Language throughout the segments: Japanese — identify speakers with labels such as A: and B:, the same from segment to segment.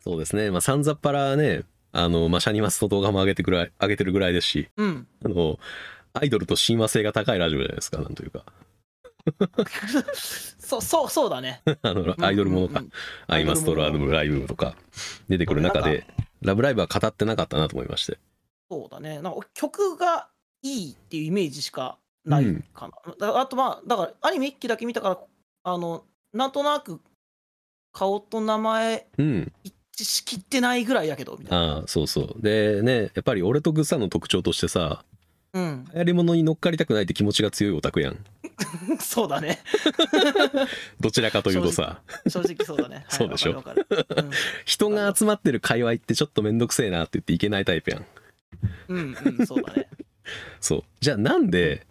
A: そうですね。まあ、さんざっぱらね、あの、まあ、シャニマスと動画も上げてくらい、上げてるぐらいですし、
B: うん。
A: あの、アイドルと親和性が高いラジオじゃないですか、なんというか。
B: そう、そう、そうだね。
A: あの、 アイドルものか
B: うん。
A: アイマストラ
B: アイド
A: ル
B: ルも
A: ライブとか出てくる中で、ラブライブは語ってなかったなと思いまして。
B: そうだね。なんか曲がいいっていうイメージしかないかな。だあとまあ、だからアニメ一期だけ見たから、あの、なんとなく顔と名前
A: うん。
B: 一致しきってないぐらいやけど、みたい
A: ああ、そうそう。でね、やっぱり俺とグッサンの特徴としてさ、
B: な。うん。
A: 流行り物に乗っかりたくないって気持ちが強いオタクやん。
B: そうだね。
A: どちらかというとさ、
B: 正直そ うだね。はい
A: そうでしょ
B: わかるわかる
A: 人が集まってる界隈ってちょっとめんどくせえなって言っていけないタイプやん。
B: うん、うん、うん、そうだね。
A: そう。じゃあなんで、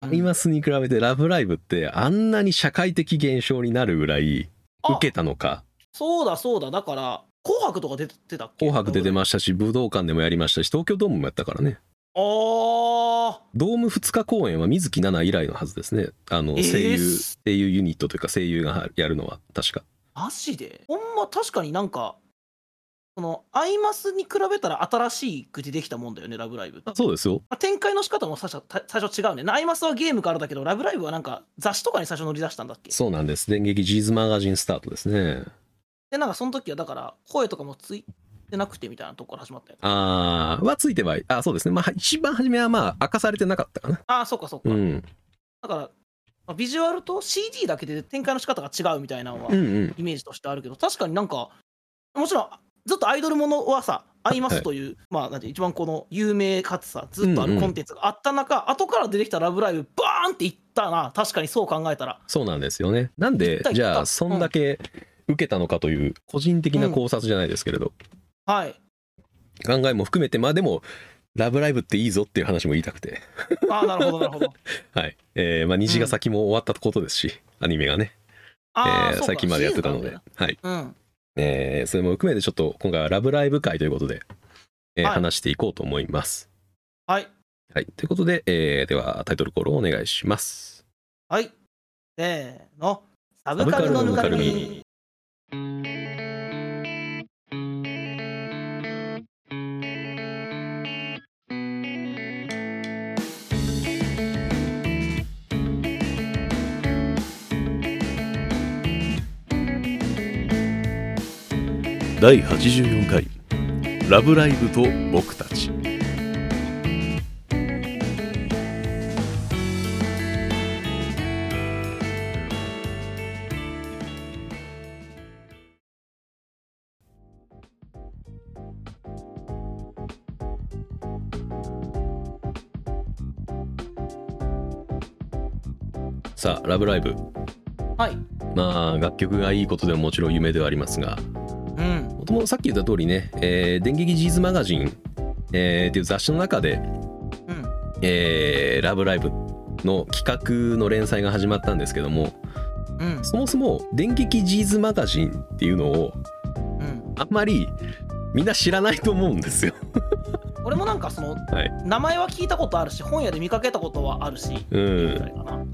A: アイマスに比べてラブライブってあんなに社会的現象になるぐらい
B: あ
A: 受けたのか。
B: そうだそうだだから「紅白」とか出てたっけ
A: 紅白出て
B: す
A: ましたし、武道館でもやりましたし、東京ドームもやったからね。
B: あー
A: ドーム2日公演は水木奈々以来のはずですね。あの
B: え
A: 声
B: ー
A: 優、声優ユニットというか声優がやるのは確か。
B: マジでほんま確かになんかそのアイマスに比べたら新しく出てきたもんだよね「ラブライブ」ま
A: そうですよ。
B: あ展開の仕方も最初た最初違うねアイマスはゲームからだけど「ラブライブ」はなんか雑誌とかに最初乗り出したんだっけ
A: そうなんです。電撃ジーズマガジンスタートですね。
B: でなんかその時はだから声とかもついてなくてみたいなとこから始まったよね
A: あーはついてはい、あそうですね。まあ一番初めはまあ明かされてなかったかな。
B: ああそっかそっか、
A: うん。
B: だからまあビジュアルと CD だけで展開の仕方が違うみたいなのは
A: うんうん。
B: イメージとしてあるけど確かになんかもちろんずっとアイドルものはさ「アイマス」という、まあなんて一番この有名かつさずっとあ
A: うんう
B: る
A: ん
B: コンテンツがあった中、後から出てきた「ラブライブ!」バーンっていったな確かにそう考えたら
A: そうなんですよね。なんで
B: 一体、
A: じゃ
B: う
A: あ
B: ん
A: そんだけ受けたのかという個人的な考察じゃないですけれど、
B: はい
A: 考えも含めて、まあでも、ラブライブっていいぞっていう話も言いたくて。
B: ああなるほどなる ほど
A: はい。えーまあ虹が先も終わったことですし、アニメがね。
B: ああ、
A: えー
B: そうか
A: 最近までやってたので、はい
B: シーズンなんだよね
A: えーそれも含めてちょっと今回は「ラブライブ!」会ということで、えー
B: はい
A: 話していこうと思います。
B: うんはい
A: はい、ということで、えーではタイトルコールをお願いします。
B: はいせーのサ
A: ブ
B: ブ
A: カ
B: カ
A: ル
B: ル
A: の
B: の
A: ぬ
B: ぬ
A: か
B: か
A: る
B: る
A: み
B: み
C: 第84回「ラブライブと僕たち」
A: さあ「ラブライブ
B: はい」
A: まあ楽曲がいいことでももちろん夢ではありますが
B: うん
A: もともとさっき言った通りね「えー電撃ジーズマガジン」えーっていう雑誌の中で
B: うん
A: 「えーラブライブ!」の企画の連載が始まったんですけども
B: うん
A: そもそも「電撃ジーズマガジン」っていうのを
B: うん
A: あんまりみんな知らないと思うんですよ。
B: 俺もなんかその
A: はい、
B: 名前は聞いたことあるし本屋で見かけたことはあるし
A: う
B: ぐら
A: ん、
B: いかなうん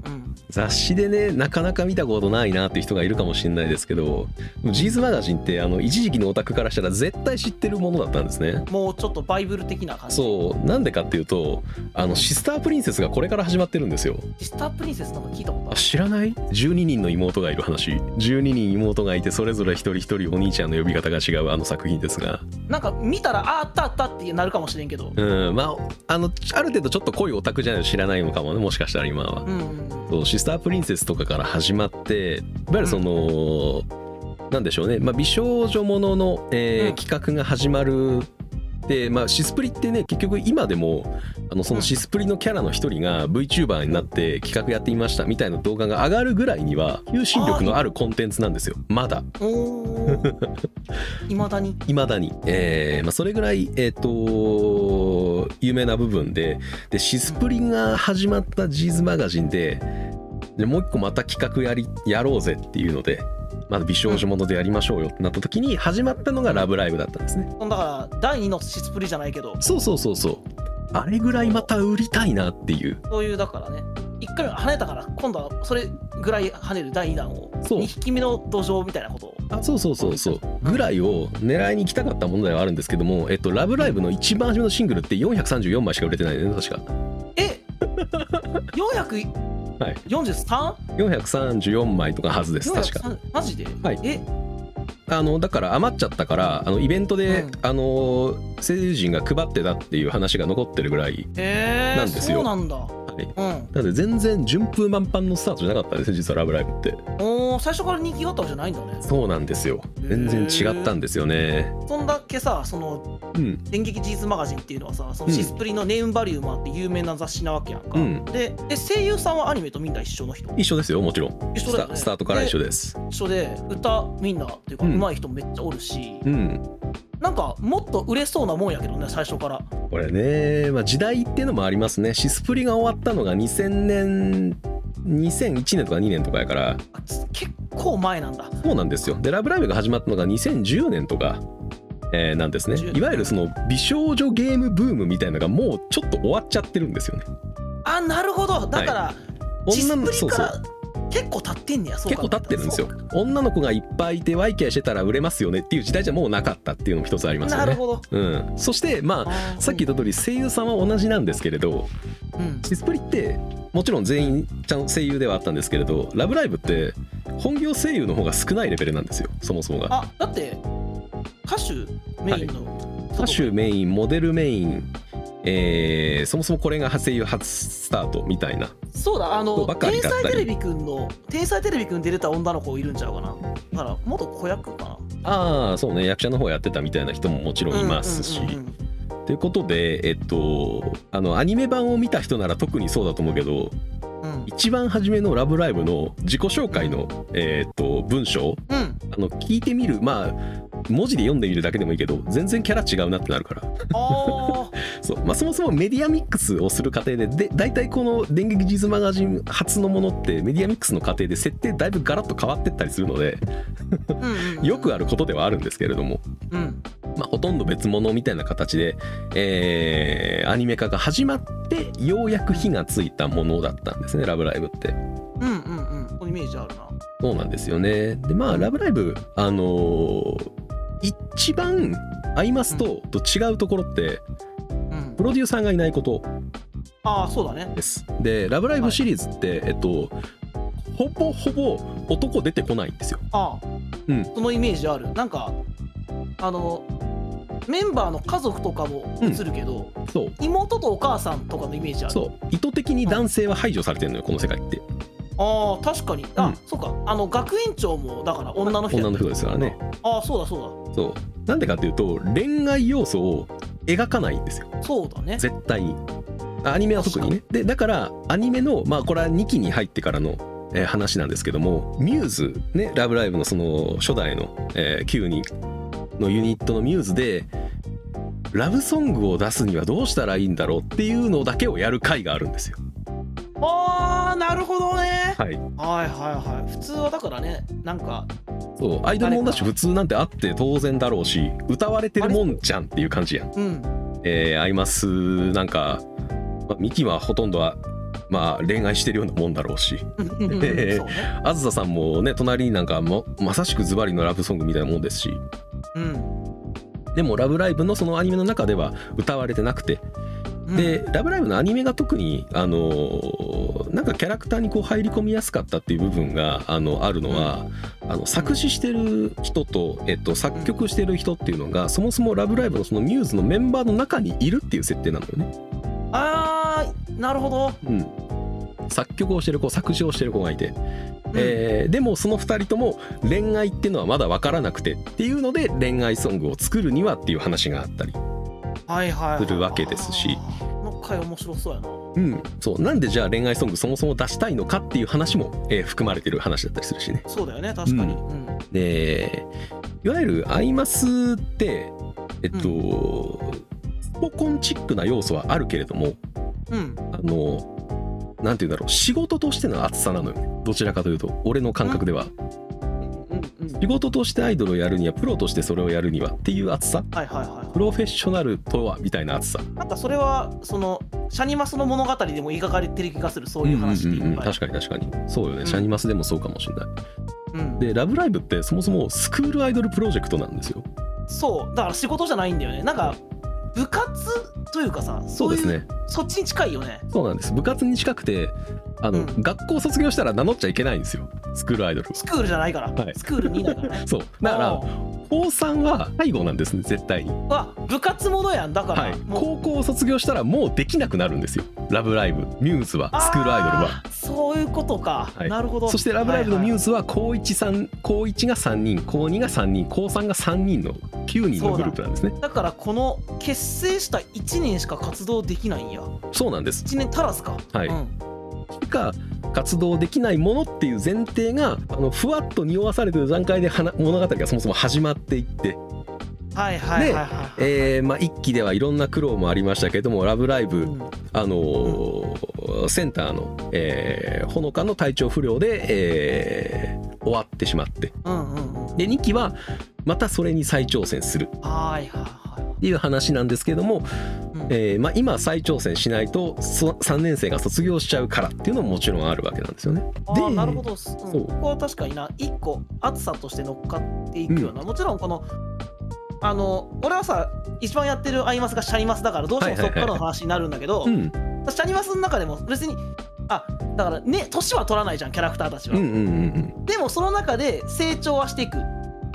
A: 雑誌でねなかなか見たことないなっていう人がいるかもしれないですけどジーズマガジンってあの一時期のオタクからしたら絶対知ってるものだったんですね。
B: もうちょっとバイブル的な感じ
A: そうなんでかっていうとあのシスタープリンセスがこれから始まってるんですよ
B: シスタープリンセスなんか聞いたことあ
A: あ
B: る
A: 知らない12人の妹がいる話12人妹がいてそれぞれ一人一人お兄ちゃんの呼び方が違うあの作品ですが
B: なんか見たらああったあったってなるかもしれんけど
A: うんまああのある程度ちょっと濃いオタクじゃないと知らないのかもねもしかしたら今は
B: うんうん
A: そうシスタープリンセスとかから始まっていわゆるその、なんでしょうね、まあ、美少女ものの、えー
B: うん
A: 企画が始まるで、まあ、シスプリってね結局今でもあのそうの
B: ん
A: シスプリのキャラの一人が VTuber になって企画やってみましたみたいな動画が上がるぐらいには求心力のあるコンテンツなんですよまだ
B: おお いまだに
A: いまだに、えーまあ、それぐらい、えー、と有名な部分ででシスプリが始まったジーズマガジンででもう一個また企画やりやろうぜっていうので、まあ、美少女ものでやりましょうよってなった時に始まったのが「ラブライブ!」だったんですね。
B: そんだから第二のシスプリじゃないけど
A: そうそうそうそうあれぐらいまた売りたいなっていう
B: そういうだからね一回跳ねたから今度はそれぐらい跳ねる第二弾を
A: そう
B: 二匹目の土壌みたいなことを
A: あそうそうそうそうぐらいを狙いに行きたかったものではあるんですけども「えっと、ラブライブ!」の一番初めのシングルって434枚しか売れてないね確か
B: え 443?
A: はい434枚とかはずです確か
B: 443マジで、
A: はい
B: え
A: あのだから余っちゃったからあのイベントで、
B: うん
A: あの声優陣が配ってたっていう話が残ってるぐらい
B: えー、
A: なんですよ
B: そうなんだ、
A: い
B: うん
A: なので全然順風満帆のスタートじゃなかったんですね実は「ラブライブ!」って
B: おー最初から人気があったわけじゃないんだね
A: そうなんですよ全然違ったんですよね
B: そんだけさその
A: うん
B: 「電撃事実マガジン」っていうのはさそ
A: うん
B: のシスプリのネームバリューもあって有名な雑誌なわけやんか、
A: うん
B: でえ声優さんはアニメとみんな一緒の人
A: 一緒ですよもちろん
B: 一緒
A: ス
B: だよ
A: タ
B: ね
A: スタートから一緒です
B: 一緒で歌みんなっていうか
A: うん
B: 上手い人もめっちゃおるし、
A: うん
B: なんかもっと売れそうなもんやけどね最初から
A: これね、まあ、時代っていうのもありますねシスプリが終わったのが2000年2001年とか2年とかやから
B: あつ結構前なんだ
A: そうなんですよで「ラブライブ!」が始まったのが2010年とか、えーなんですね
B: 10
A: いわゆるその美少女ゲームブームみたいなのがもうちょっと終わっちゃってるんですよね
B: あなるほどだから、シス
A: の
B: プリ
A: そう
B: か
A: そう
B: ら結構経ってんねやそう
A: 結
B: か
A: 構経ってるんですよ
B: そ
A: 女の子がいっぱいいてワイキャイしてたら売れますよねっていう時代じゃもうなかったっていうのも一つあり
B: う
A: ます
B: な
A: よ
B: る
A: ね
B: ほど
A: うんそしてま
B: あ
A: あ
B: ー
A: さっき言った通り声優さんは同じなんですけれど
B: うん
A: シスプリってもちろん全員ちゃん声優ではあったんですけれど「ラブライブ!」って本業声優の方が少ないレベルなんですよそもそもが
B: あだって歌手メインの
A: 歌手メインモデルメインえーそもそもこれが声優初スタートみたいな
B: そうだあ
A: そ
B: の
A: うばっかりだ
B: 天
A: ったり
B: 才テレビくんの天才テレビくん出れた女の子いるんちゃうかなだから元子役か
A: ああそうね役者の方やってたみたいな人ももちろ
B: なん
A: いますし。
B: う
A: と、
B: んうんうんうん
A: いうことでえっとあのアニメ版を見た人なら特にそうだと思うけど
B: うん
A: 一番初めの「ラブライブ!」の自己紹介の、えーっと文章
B: うん
A: あの聞いてみるまあ文字で読んでみるだけでもいいけど全然キャラ違うなってなるから
B: あ
A: そうまあ、そもそもメディアミックスをする過程でで大体この「電撃ジズマガジン」初のものってメディアミックスの過程で設定だいぶガラッと変わってったりするので
B: ーうんうん
A: よくあることではあるんですけれども、
B: うん
A: まあ、ほとんど別物みたいな形で、えーアニメ化が始まってようやく火がついたものだったんですね「ラブライブ!」って。
B: うんうんうんこのイメージあるな
A: そうなんですよね。でまあ「ラブライブ!」あのー一番アイマスとと違うところって
B: うん
A: プロデューサーがいないこと。
B: ああそうだね
A: です。で「ラブライブ!」シリーズって、えっとほぼほぼ男出てこないんですよ。
B: ああ
A: うん
B: そのイメージあるなんかあのメンバーの家族とかも映るけど
A: そう
B: 妹とお母さんとかのイメージある
A: そう意図的に男性は排除されてるのよこの世界って
B: ああ確かにあ、
A: うん
B: そうかあの学園長もだから女の人や
A: 女の人ですからね。
B: ああそうだそう
A: そうなんでかっていうと恋愛要素を描かないんですよ
B: だそうだね
A: 絶対にあアニメは特にねでだからアニメのまあこれは2期に入ってからの、えー話なんですけどもミューズね「ラブライブ!」のその初代の、えー9人のユニットのミューズでラブソングを出すにはどうしたらいいんだろうっていうのだけをやる回があるんですよ。
B: ああなるほどね、
A: はい、
B: はい、はいはい普通はだからねなんか
A: そうアイドルもんだし普通なんてあって当然だろうし歌われてるもんちゃんっていう感じやん。
B: うん
A: えーアイマスなんか、まあ、ミキはほとんどは、まあ、恋愛してるようなもんだろうし。
B: そう
A: ええ
B: ね
A: あずささんもね隣になんかもまさしくズバリのラブソングみたいなもんですし
B: うん
A: でも「ラブライブ!」のそのアニメの中では歌われてなくて、
B: うん
A: で「ラブライブ!」のアニメが特にあのーなんかキャラクターにこう入り込みやすかったっていう部分があのあるのは、あの作詞してる人と、えっと、作曲してる人っていうのがそもそも「ラブライブ!」のそのミューズのメンバーの中にいるっていう設定なんだよね。
B: ああなるほど、
A: うん作曲をしてる子作詞をしてる子がいて
B: うん
A: えーでもその2人とも恋愛っていうのはまだ分からなくてっていうので恋愛ソングを作るにはっていう話があったり、
B: はいはいはい
A: するわけですし
B: あーこの回面白そうやな
A: うん、そうなんでじゃあ恋愛ソングそもそも出したいのかっていう話も、えー含まれてる話だったりするしね。
B: そうだよね確かに、
A: う
B: うん
A: でいわゆる「アイマス」ってえっと、
B: う
A: スポコンチックな要素はあるけれども
B: うん
A: あのなんて言うんだろう仕事としての熱さなのよねどちらかというと俺の感覚では。
B: うんうん
A: 仕事としてアイドルをやるにはプロとしてそれをやるにはっていう熱さ
B: はいはいはい
A: プロフェッショナルとはみたいな熱さ
B: なんかそれはそのシャニマスの物語でも描かれてる気がするそういう話っていっぱ
A: う
B: い、
A: んうんうん確かに確かにそうよね、
B: うん
A: シャニマスでもそうかもしれない
B: うん、
A: で「ラブライブ!」ってそもそもスクールアイドルプロジェクトなんですよ
B: そうだから仕事じゃないんだよねなんか部活というかさ
A: そう
B: そう
A: で
B: いう
A: すね
B: そっちに近いよね
A: そうなんです部活に近くてあの、
B: うん
A: 学校卒業したら名乗っちゃいけないんですよスクールアイドル
B: スクールじゃないから、
A: はい
B: スクールにだからね
A: そう だから
B: あー
A: 高3は背後なんですね絶対に、
B: あ部活ものやんだから、
A: はい、
B: もう
A: 高校を卒業したらもうできなくなるんですよ「ラブライブ!」ミューズはスクールアイドルは
B: あーそういうことか、
A: はい
B: なるほど
A: そして「ラブライブ!」のミュー
B: ズ
A: ズは高 1, さん高1が3人高2が3人高3が3人の9人のグループなんですね
B: だからこの結成した1年しか活動できないんや1
A: そうなんです
B: 年足らずか
A: はい
B: うん
A: しか活動できないものっていう前提があのふわっと匂わされてる段階で花物語がそもそも始まっていって
B: はいはいはいはいはい、
A: えーまあ、一期ではいろんな苦労もありましたけども「ラブライブ!」
B: うん
A: あのーセンターの、えーほのかの体調不良で、えー終わってしまって
B: うんうんうん
A: で2期はまたそれに再挑戦する
B: はいはいは
A: っていう話なんですけども、
B: い、うん
A: えーまあ、今再挑戦しないと3年生が卒業しちゃうからっていうのももちろんあるわけなんですよね。
B: あ
A: で
B: ーなるほど、すうん
A: そう
B: ここは確かにな一個暑さとして乗っかっていくような、もちろんこのあの俺はさ一番やってるアイマスがシャニマスだからどうしてもそっからの話になるんだけど、
A: うん、
B: シャニマスの中でも別にあだからね年は取らないじゃんキャラクターたち
A: う
B: は、
A: んうん
B: でもその中で成長はしていくっ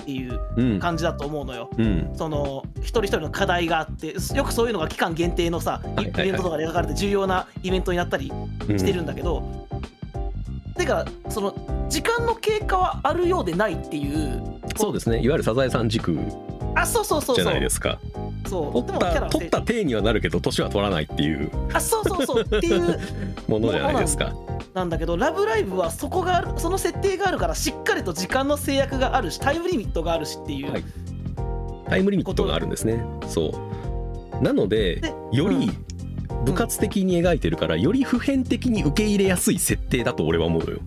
B: ていう
A: うんうん
B: 感じだと思うのよ
A: うん
B: その一人一人の課題があってよくそういうのが期間限定のさ
A: はいはいはい
B: イベントとかで描かれて重要なイベントになったり
A: うん
B: してるんだけど、てかその時間の経過はあるようでないっていう
A: そうですねいわゆるサザエさん軸
B: あそうそうそう
A: じゃ
B: そ
A: ないうですか
B: そう
A: 取った取った手にはなるけど年は取らないっていう
B: あそうそうそうっていう
A: ものじゃないですか。
B: なんだけど「ラブライブ!」はそこがあるその設定があるからしっかりと時間の制約があるしタイムリミットがあるしっていう、
A: はいタイムリミットがあるんですね。そうなので
B: で
A: よ
B: う
A: り部活的に描いてるからより普遍的に受け入れやすい設定だと俺は思うよ。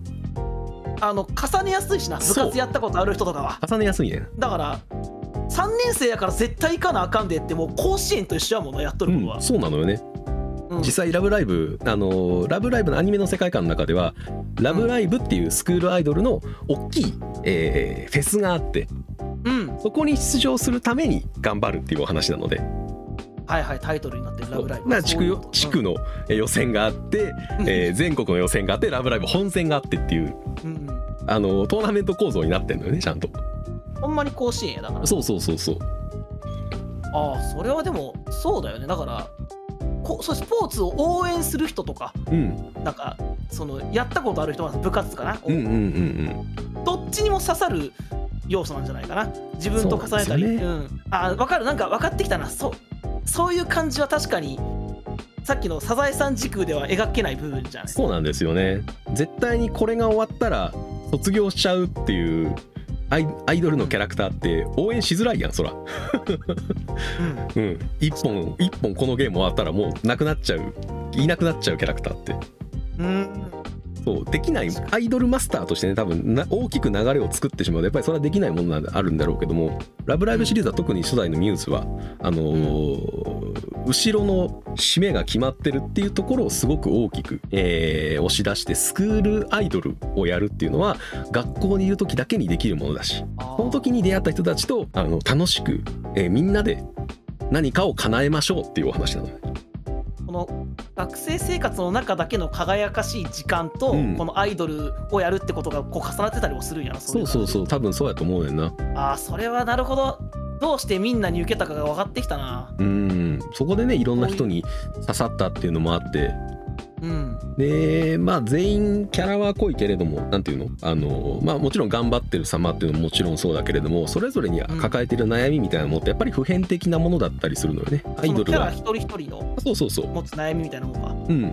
B: あの重ねやすいしな部
A: そう
B: 活やったことある人とかは
A: 重ねやすいね。
B: だから3年生やから絶対行かなあかんでってもう甲子園と一緒やものやっと
A: う
B: ること
A: ん
B: は、、
A: そうなのよね。
B: うん
A: 実際「ラブライブ!」あのーラブライブ!」のアニメの世界観の中では「ラブライブ!」っていうスクールアイドルの大きい、えーフェスがあって
B: うん
A: そこに出場するために頑張るっていうお話なので
B: はいはいタイトルになってる「ラブライブ」
A: まあ地区よ
B: そういうこと
A: 地区のえー予選があって、
B: うん
A: えー全国の予選があって「ラブライブ!」本戦があってっていう
B: うんうん
A: あのートーナメント構造になってんのよねちゃんと。
B: ほんまに甲子園やだから
A: そうそうそうそう
B: ああそれはでもそうだよねだからこそうスポーツを応援する人とか
A: うん
B: なんかそのやったことある人は部活とかな、
A: うんうんうん
B: どっちにも刺さる要素なんじゃないかな自分と重ねたり
A: そう
B: う、
A: ですよ
B: ん、あ分かるなんか分かってきたなそうそういう感じは確かにさっきの「サザエさん」時空では描けない部分じゃ
A: うん
B: ない
A: そうなんですよね絶対にこれが終わったら卒業しちゃうっていうアイアイドルのキャラクターって応援しづらいやんそら
B: うん
A: うん一本一本このゲーム終わったらもうなくなっちゃういなくなっちゃうキャラクターって
B: うん
A: そうできないアイドルマスターとしてね多分な大きく流れを作ってしまうとやっぱりそれはできないものなんであるんだろうけども「ラブライブ!」シリーズは特に初代のミューズはあのー後ろの締めが決まってるっていうところをすごく大きく、えー押し出してスクールアイドルをやるっていうのは学校にいる時だけにできるものだし
B: あ
A: その
B: ー
A: 時に出会った人たちとあの楽しく、えーみんなで何かを叶えましょうっていうお話なのね。
B: この学生生活の中だけの輝かしい時間と、
A: うん
B: このアイドルをやるってことがこう重なってたりもするんやな
A: そ
B: いう感じ
A: そうそう多分そうやと思うねんな
B: ああそれはなるほどどうしてみんなに受けたかが分かってきたな
A: うんそこでねいろんな人に刺さったっていうのもあって
B: うん
A: でまあ全員キャラは濃いけれどもなんていうのあのまあもちろん頑張ってる様っていうのももちろんそうだけれどもそれぞれに
B: うん
A: 抱えてる悩みみたいなのってやっぱり普遍的なものだったりするのよねアイドル
B: その
A: は
B: キャラ一人一人の
A: そうそうそう
B: 持つ悩みみたいなもんか
A: うん
B: うんうんうん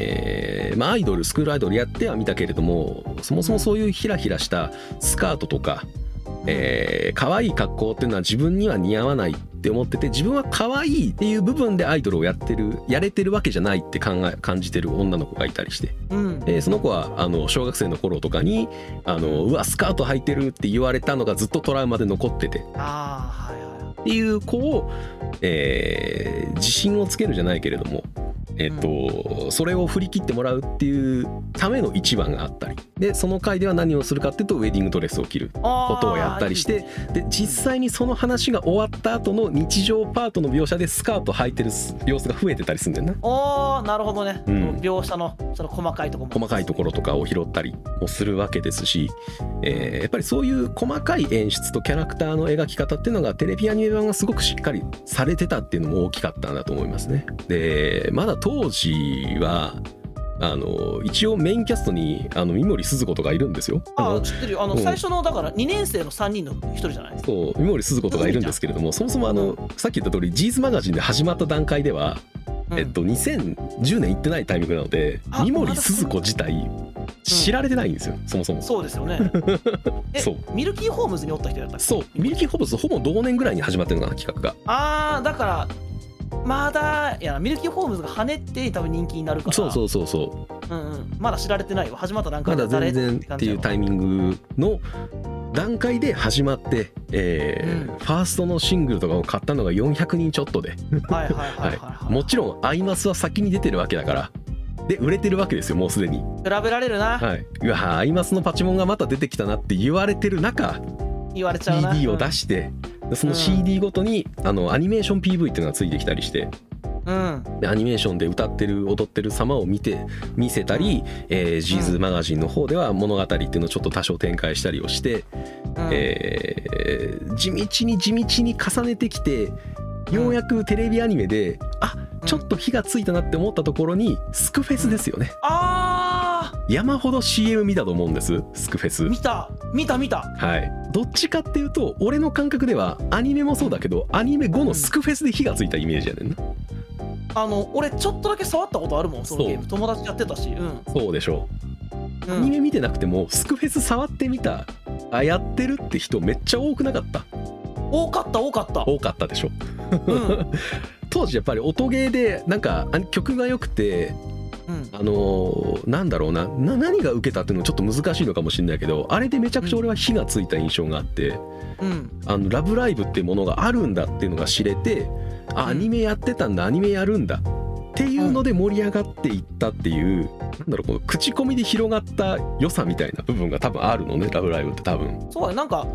A: えーまあ、アイドルスクールアイドルやってはみたけれどもそもそもそういうひらひらしたスカートとか、えー、可愛い格好っていうのは自分には似合わないって思ってて自分は可愛いっていう部分でアイドルをやってるやれてるわけじゃないって考え感じてる女の子がいたりして、
B: うん
A: えーその子はあの小学生の頃とかにあのうわスカート履いてるって言われたのがずっとトラウマで残ってて
B: ああはいはいはい
A: っていう子を、えー自信をつけるじゃないけれどもえっとそれを振り切ってもらうっていうための一番があったりでその回では何をするかっていうとウェディングドレスを着ることをやったりしてで実際にその話が終わった後の日常パートの描写でスカート履いてる様子が増えてたりすんだよな
B: おーなるほどね、
A: うん
B: その描写のその細かいところも
A: 細かいところとかを拾ったりもするわけですし、えーやっぱりそういう細かい演出とキャラクターの描き方っていうのがテレビアニメ版がすごくしっかりされてたっていうのも大きかったんだと思いますね。でまだ当時はあの一応メインキャストにあの三森すず子とかいるんですよ。あ
B: あ
A: の
B: あ知ってるよあの、
A: うん
B: 最初のだから2年生の3人の1人じゃないですか
A: そう三森すず子とかいるんですけれどもそもそもあのさっき言った通り「ジーズマガジン」で始まった段階では、
B: うん
A: えっと、2010年行ってないタイミングなので
B: あ
A: 三森すず子自体知られてないんですよ、そもそも。
B: そうですよ ねえ
A: そう
B: ミルキーホームズにおった人やったっけ
A: そうミルキー・ホブスとほぼ同年ぐらいに始まってるのかな企画が
B: ああだからまだやなミルキーホームズが跳ねて多分人気になるから
A: そうそうそうそう
B: う、うんうん、まだ知られてないわ始まった段
A: ま
B: 階
A: だ全然
B: 誰
A: っていうタ
B: 感
A: イミングの段階で始まって、えー
B: うん
A: ファーストのシングルとかを買ったのが400人ちょっとで、
B: じやわはいはいはいはい、
A: は、
B: はい
A: もちろんアイマスは先に出てるわけだからで売れてるわけですよもうすでに、
B: 比べられるな、
A: はい、うわーアイマスのパチモンがまた出てきたなって言われてる中
B: 言われちゃうな
A: CD を出して、その CD ごとにあのアニメーション PV っていうのがついてきたりして
B: うん、
A: でアニメーションで歌ってる踊ってる様を見て見せたり、えー、ジーズマガジンの方では物語っていうのをちょっと多少展開したりをして、
B: うん
A: えー地道に地道に重ねてきてようやくテレビアニメで、あちょっと火がついたなって思ったところにスクフェスですよね、
B: ああ
A: 山ほど CM 見たと思うんですスクフェス。
B: 見た見た見た
A: はい、どっちかっていうと俺の感覚ではアニメもそうだけどアニメ後のスクフェスで火がついたイメージやねんな、
B: あの俺ちょっとだけ触ったことあるもんその
A: そう
B: ゲーム友達やってたしうん、
A: そうでしょう
B: う
A: ア
B: ん
A: ニメ見てなくてもスクフェス触ってみたあやってるって人めっちゃ多くなかった
B: 多かった多かった
A: 多かったでしょ
B: うん
A: 当時やっぱり音ゲーでなんかあ曲が良くて
B: うん
A: あのーなんだろうなな何が受けたっていうのちょっと難しいのかもしれないけどあれでめちゃくちゃ俺は火がついた印象があって
B: うん
A: 「あのラブライブ!」っていうものがあるんだっていうのが知れてあ
B: うん
A: アニメやってたんだアニメやるんだっていうので盛り上がっていったっていうなんだろうこの口コミで広がった良さみたいな部分が多分あるのね「ラブライブ!」って多分。
B: そうだねなんか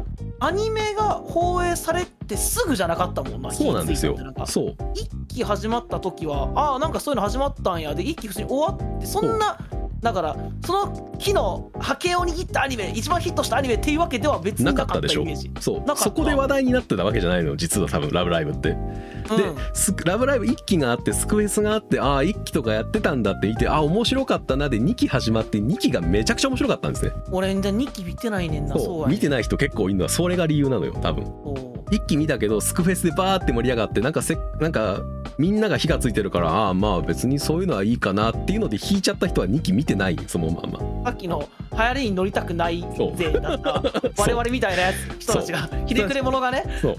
B: アニメが放映されてすぐじゃなかったもんな
A: そうなんですよ
B: 火ついたってなん。か
A: そう。
B: 一期始まった時はああなんかそういうの始まったんやで一期普通に終わってそんなだからその木の波形を握ったアニメ一番ヒットしたアニメっていうわけでは別になか
A: なか
B: っ
A: ったで
B: た
A: し
B: イ
A: ょ
B: メージ
A: そ
B: か
A: う
B: った
A: そこで話題になってたわけじゃないの実は多分「ラブライブ!」って。で
B: うん
A: スラブライブ!」1期があってスクフェスがあってああ1期とかやってたんだって言ってああ面白かったなで2期始まって2期がめちゃくちゃ面白かったんですね。
B: 俺じゃ2期見てないねんなそう
A: そう
B: やね
A: 見てない人結構いるのはそれが理由なのよ多分。
B: そう
A: 1期見たけどスクフェスでバーって盛り上がってなんかせなんかみんなが火がついてるからああまあ別にそういうのはいいかなっていうので引いちゃった人は2期見てないそのまんま。
B: さっきの流行りに乗りたくない
A: そう
B: 勢だった 我々みたいなやつ人たちがひねくれ者がね
A: そう。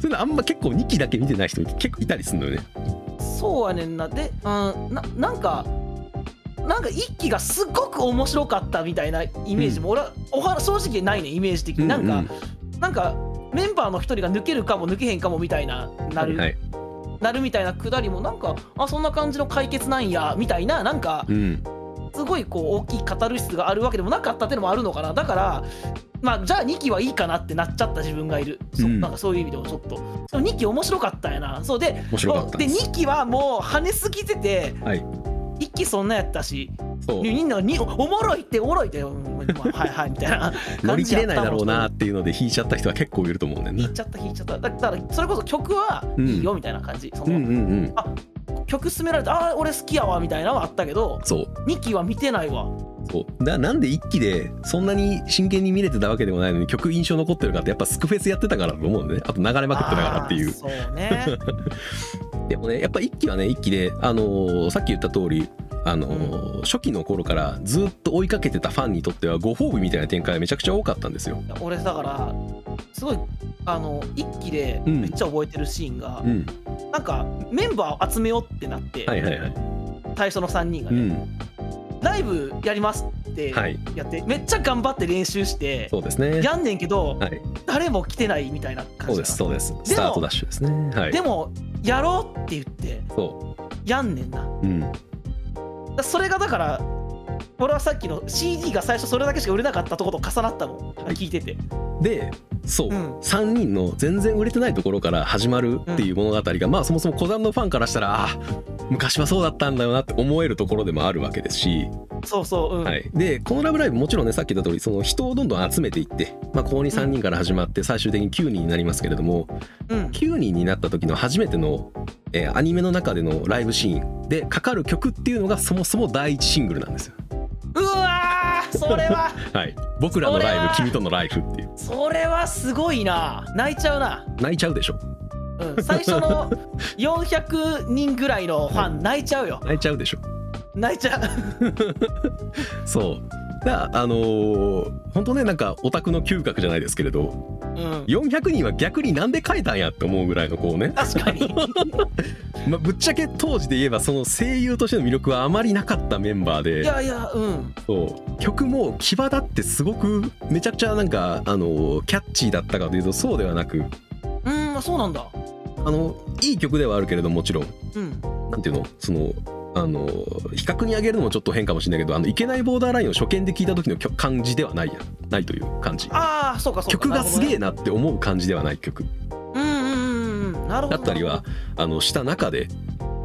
A: そういうのあんま結構2期だけ見てない人結構いたりするのよね。
B: そうやねんなで、うん、ななんかなんか一期がすっごく面白かったみたいなイメージも、俺はおは正直ないねんイメージ的になんか、
A: うう
B: なんかメンバーの一人が抜けるかも抜けへんかもみたいななる、
A: はい、
B: なるみたいなくだりもなんかあそんな感じの解決なんやみたいななんか
A: うん、
B: すごいこう大きいカタルシスがあるわけでもなかったってのもあるのかなだからまあじゃあ2期はいいかなってなっちゃった自分がいる、そう
A: うん
B: なんかそういう意味でもちょっとでも2期面白かったんやなそうで
A: 面白かったん
B: で
A: です
B: 2期はもう跳ねすぎてて、
A: はい
B: 1期そんなやったし
A: そう
B: みんなにおもろいっておもろいって、うんまあはいはいみたいな
A: 乗り切れないだろう
B: 感じやったもん
A: なっていうので引いちゃった人は結構いると思うねんだ
B: 引い
A: よ
B: ちゃった引いちゃっただだからそれこそ曲はいいよみたいな感じ、そ
A: な。うん
B: の
A: うんうん
B: 曲勧められてああ俺好きやわみたいなのはあったけど
A: そう
B: 2期は見てないわ
A: そうだなんで一期でそんなに真剣に見れてたわけでもないのに曲印象残ってるかってやっぱスクフェスやってたからだと思うのねあと流れまくってたからってい
B: あー
A: う
B: そ うね
A: でもねやっぱ一期はね一期で、あのーさっき言った通りあのー初期の頃からずっと追いかけてたファンにとってはご褒美みたいな展開がめちゃくちゃ多かったんですよ。
B: 俺だからすごいあの一期で
A: うん
B: めっちゃ覚えてるシーンが
A: う、ん、
B: なんかメンバーを集めようってなって、
A: はいはいはい。
B: 最初の3人が
A: う
B: ね、
A: ん、
B: ライブやりますって
A: はい
B: やって、めっちゃ頑張って練習して
A: そうですね。
B: やんねんけど、
A: はい、
B: 誰も来てないみたいな感
A: そうで
B: じだ
A: すそうです。スタートダッシュですね。はい。
B: でもやろうって言って
A: そ
B: やんねんな。だか
A: うん
B: らそれがだから、俺はさっきの CD が最初それだけしか売れなかったとこと重なったもん、聞いてて。
A: でそう、
B: うん
A: 3人の全然売れてないところから始まるっていう物語が、まあそもそも小山のファンからしたらあー昔はそうだったんだよなって思えるところでもあるわけですし、
B: そうそう、うん。
A: はい、でこの「ラブライブ!」もちろんねさっき言った通りその人をどんどん集めていって、まあ、ここに3人から始まって最終的に9人になりますけれども
B: うん、
A: 9人になった時の初めての、えーアニメの中でのライブシーンでかかる曲っていうのがそもそも第一シングルなんですよ。
B: うわーそれは、
A: はい、僕らのラ
B: そ
A: イ
B: りゃ
A: ブ
B: あ
A: 君とのライフっていう
B: それはすごいな。泣いちゃうな。
A: 泣いちゃうでしょ
B: うん、最初 の400人ぐらいのファン泣いちゃうよ
A: 泣いちゃうでしょ
B: 泣いちゃう
A: そうだからあのー、本当ねなんかオタクの嗅覚じゃないですけれど
B: うん
A: 400人は逆になんで書いたんやって思うぐらいのこうね、
B: 確かに
A: まあ、ぶっちゃけ当時で言えばその声優としての魅力はあまりなかったメンバー
B: い
A: で
B: やいやうん
A: そう曲も際立ってすごくめちゃくちゃなんか、あのーキャッチーだったかというとそうではなく
B: うんそうなんだ
A: あのいい曲ではあるけれどもちろん
B: うん
A: なんていうのそのあの比較に挙げるのもちょっと変かもしれないけどあのいけないボーダーラインを初見で聞いた時の曲感じではないやないという感じ
B: ああそうかそうか
A: 曲がすげえ
B: な
A: なって思う感じではない曲
B: るほどねうんうんうんうんなるほ
A: だ
B: ど
A: ったりはあのした中で、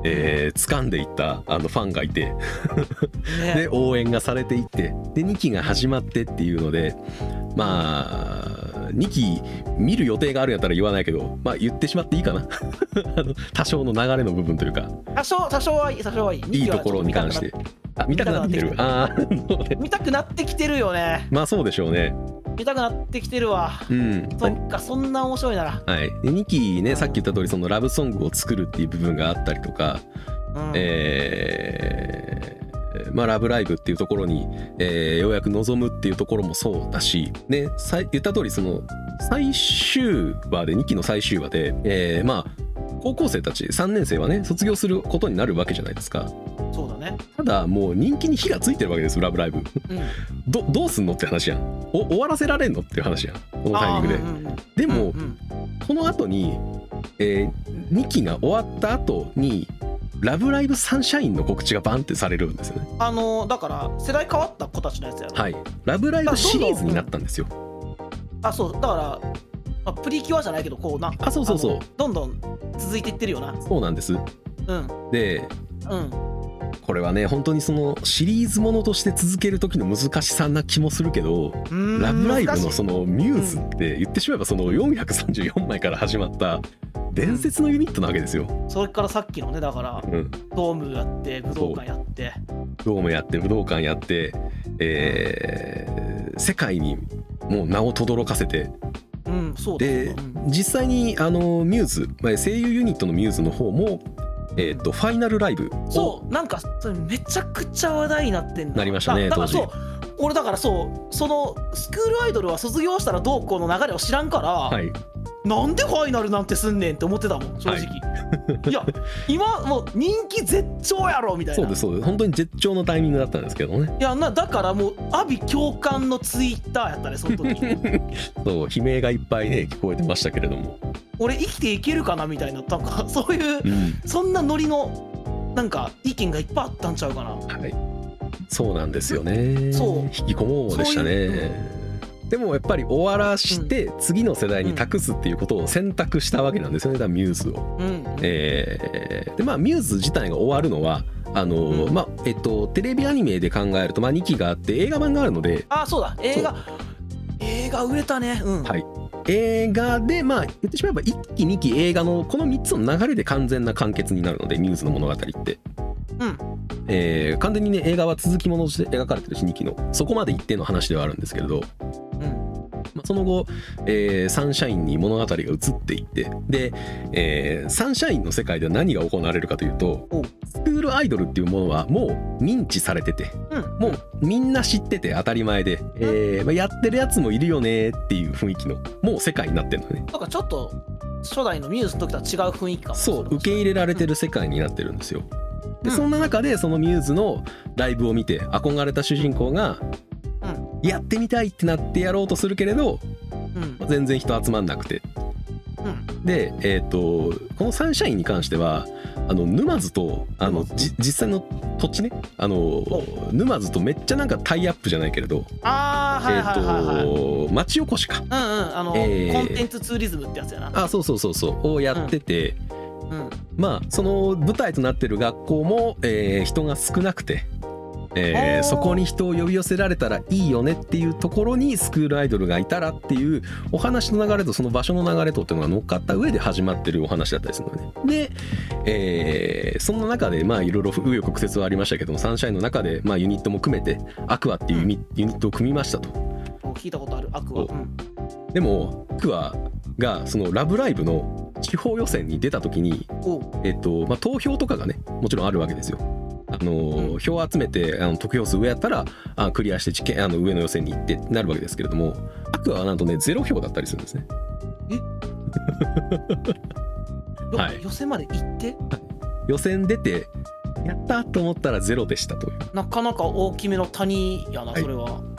A: えー掴んでいったあのファンがいて
B: ね
A: で応援がされていってで2期が始まってっていうのでまあ2期見る予定があるんやったら言わないけど、まあ、言ってしまっていいかな あの多少の流れの部分というか
B: 多少多少はいい多少はいい
A: いいところに関してあ見たくなってきてる
B: 見たく
A: ああーなるほどね
B: 見たくなってきてるよね
A: まあそうでしょうね
B: 見たくなってきてるわ
A: うん
B: そっかそんな面白いなら、
A: はい、で2期ねさっき言った通りそのラブソングを作るっていう部分があったりとか、
B: うん
A: えーまあ、ラブライブっていうところに、えーようやく望むっていうところもそうだし、ね、さい言った通りその最終話で2期の最終話で、えーまあ高校生たち3年生はね卒業することになるわけじゃないですか
B: そうだね
A: ただもう人気に火がついてるわけですよラブライブ
B: うん
A: どどうすんのって話やんお終わらせられんのっていう話やんこのタイミングで、
B: あーうんうん
A: でも、
B: うんうん
A: この後に、え2期が終わった後に「ラブライブサンシャイン」の告知がバンってされるんですよね。
B: あのだから世代変わった子たちのやつやろ
A: はい、ラブライブシリーズになったんですよ。
B: あそうだから、まあ、プリキュアじゃないけどこうな
A: あそうそうそう
B: どんどん続いていってるよな
A: そうなんです。
B: うん
A: で
B: うん
A: これはね本当にそのシリーズものとして続ける時の難しさな気もするけど「ラブライブ!」のそのミューズって言ってしまえばその434枚から始まった伝説のユニットなわけですよ。
B: それからさっきのねだから
A: うん、
B: ドームやって武道館やって
A: ドームやって武道館やって、えー世界にもう名を轟かせて
B: うんそうだ
A: で
B: うん
A: 実際にあのミューズまあ声優ユニットのミューズの方も、えー、とファイナルライブを
B: そうなんかそれめちゃくちゃ話題になってんだ
A: なりましたね
B: だだから
A: 当時
B: そう俺だからそうそのスクールアイドルは卒業したらどうこうの流れを知らんから、
A: はい
B: なんでファイナルなんてすんねんって思ってたもん正直、い、や今もう人気絶頂やろみたい
A: そ
B: な
A: うですそうです本当に絶頂のタイミングだったんですけどね
B: いやなだからもう阿ビ教官のツイッターやったねその時
A: そう悲鳴がいっぱいね聞こえてましたけれども、
B: 俺生きていけるかなみたいななんかそういう
A: うん
B: そんなノリのなんか意見がいっぱいあったんちゃうかな
A: はい、そうなんですよね
B: そう
A: 引きこもうでしたね
B: そういう
A: でもやっぱり終わらして次の世代に託すっていうことを選択したわけなんですよねだからミューズを。
B: うん、
A: えーでまあミューズ自体が終わるのはあのー
B: うん
A: まあえっとテレビアニメで考えると、まあ、2期があって映画版があるので
B: あそうだ映画映画売れたねうん、
A: はい映画でまあ言ってしまえば1期2期映画のこの3つの流れで完全な完結になるのでミューズの物語って、
B: うん
A: えー完全にね映画は続きものとして描かれてるし2期のそこまで一定の話ではあるんですけれど、
B: うん
A: まあ、その後、えーサンシャインに物語が移っていってで、えーサンシャインの世界では何が行われるかというと
B: おう
A: スクールアイドルっていうものはもう認知されてて
B: うん
A: もうみんな知ってて当たり前で、えーまあ、やってるやつもいるよねっていう雰囲気のもう世界になってるのね
B: なんかちょっと初代のミューズの時とは違う雰囲気かも
A: そう受け入れられてる世界になってるんですよで
B: うん
A: そんな中でそのミューズのライブを見て憧れた主人公がやってみたいってなってやろうとするけれど
B: うん
A: 全然人集まんなくて
B: うん
A: で、えー、とこの「サンシャイン」に関してはあの沼津とあの
B: 沼
A: じ実際の土地ねあの沼津とめっちゃなんかタイアップじゃないけれど、
B: ああ、はいはいはいは
A: え
B: い。
A: ー、と町おこしか
B: うんうん、あの、
A: えー
B: コンテンツツーリズムってやつやな。
A: あそうそうそうそうをやってて、
B: うん、
A: まあその舞台となってる学校も、えー人が少なくて。えー
B: おー
A: そこに人を呼び寄せられたらいいよねっていうところにスクールアイドルがいたらっていうお話の流れとその場所の流れとっていうのが乗っかった上で始まってるお話だったりするのね。で、えーそんな中でまあいろいろ紆余曲折はありましたけどもサンシャインの中でまあユニットも含めてアクアっていうユニ,、ユニットを組みましたと。
B: 聞いたことある、アクア。
A: お
B: うん、
A: でもアクアがその「ラブライブ!」の地方予選に出た時に、
B: おう
A: えっとまあ、投票とかがねもちろんあるわけですよ。あのー
B: うん
A: 票を集めてあの得票数上やったらあクリアして知見あの上の予選に行ってなるわけですけれどもアクアはなんとねゼロ票だったりするんですね。
B: よ
A: はい
B: 予選まで行って、
A: 予選出てやったと思ったらゼロでしたという
B: なかなか大きめの谷やな、
A: はい
B: それは。うん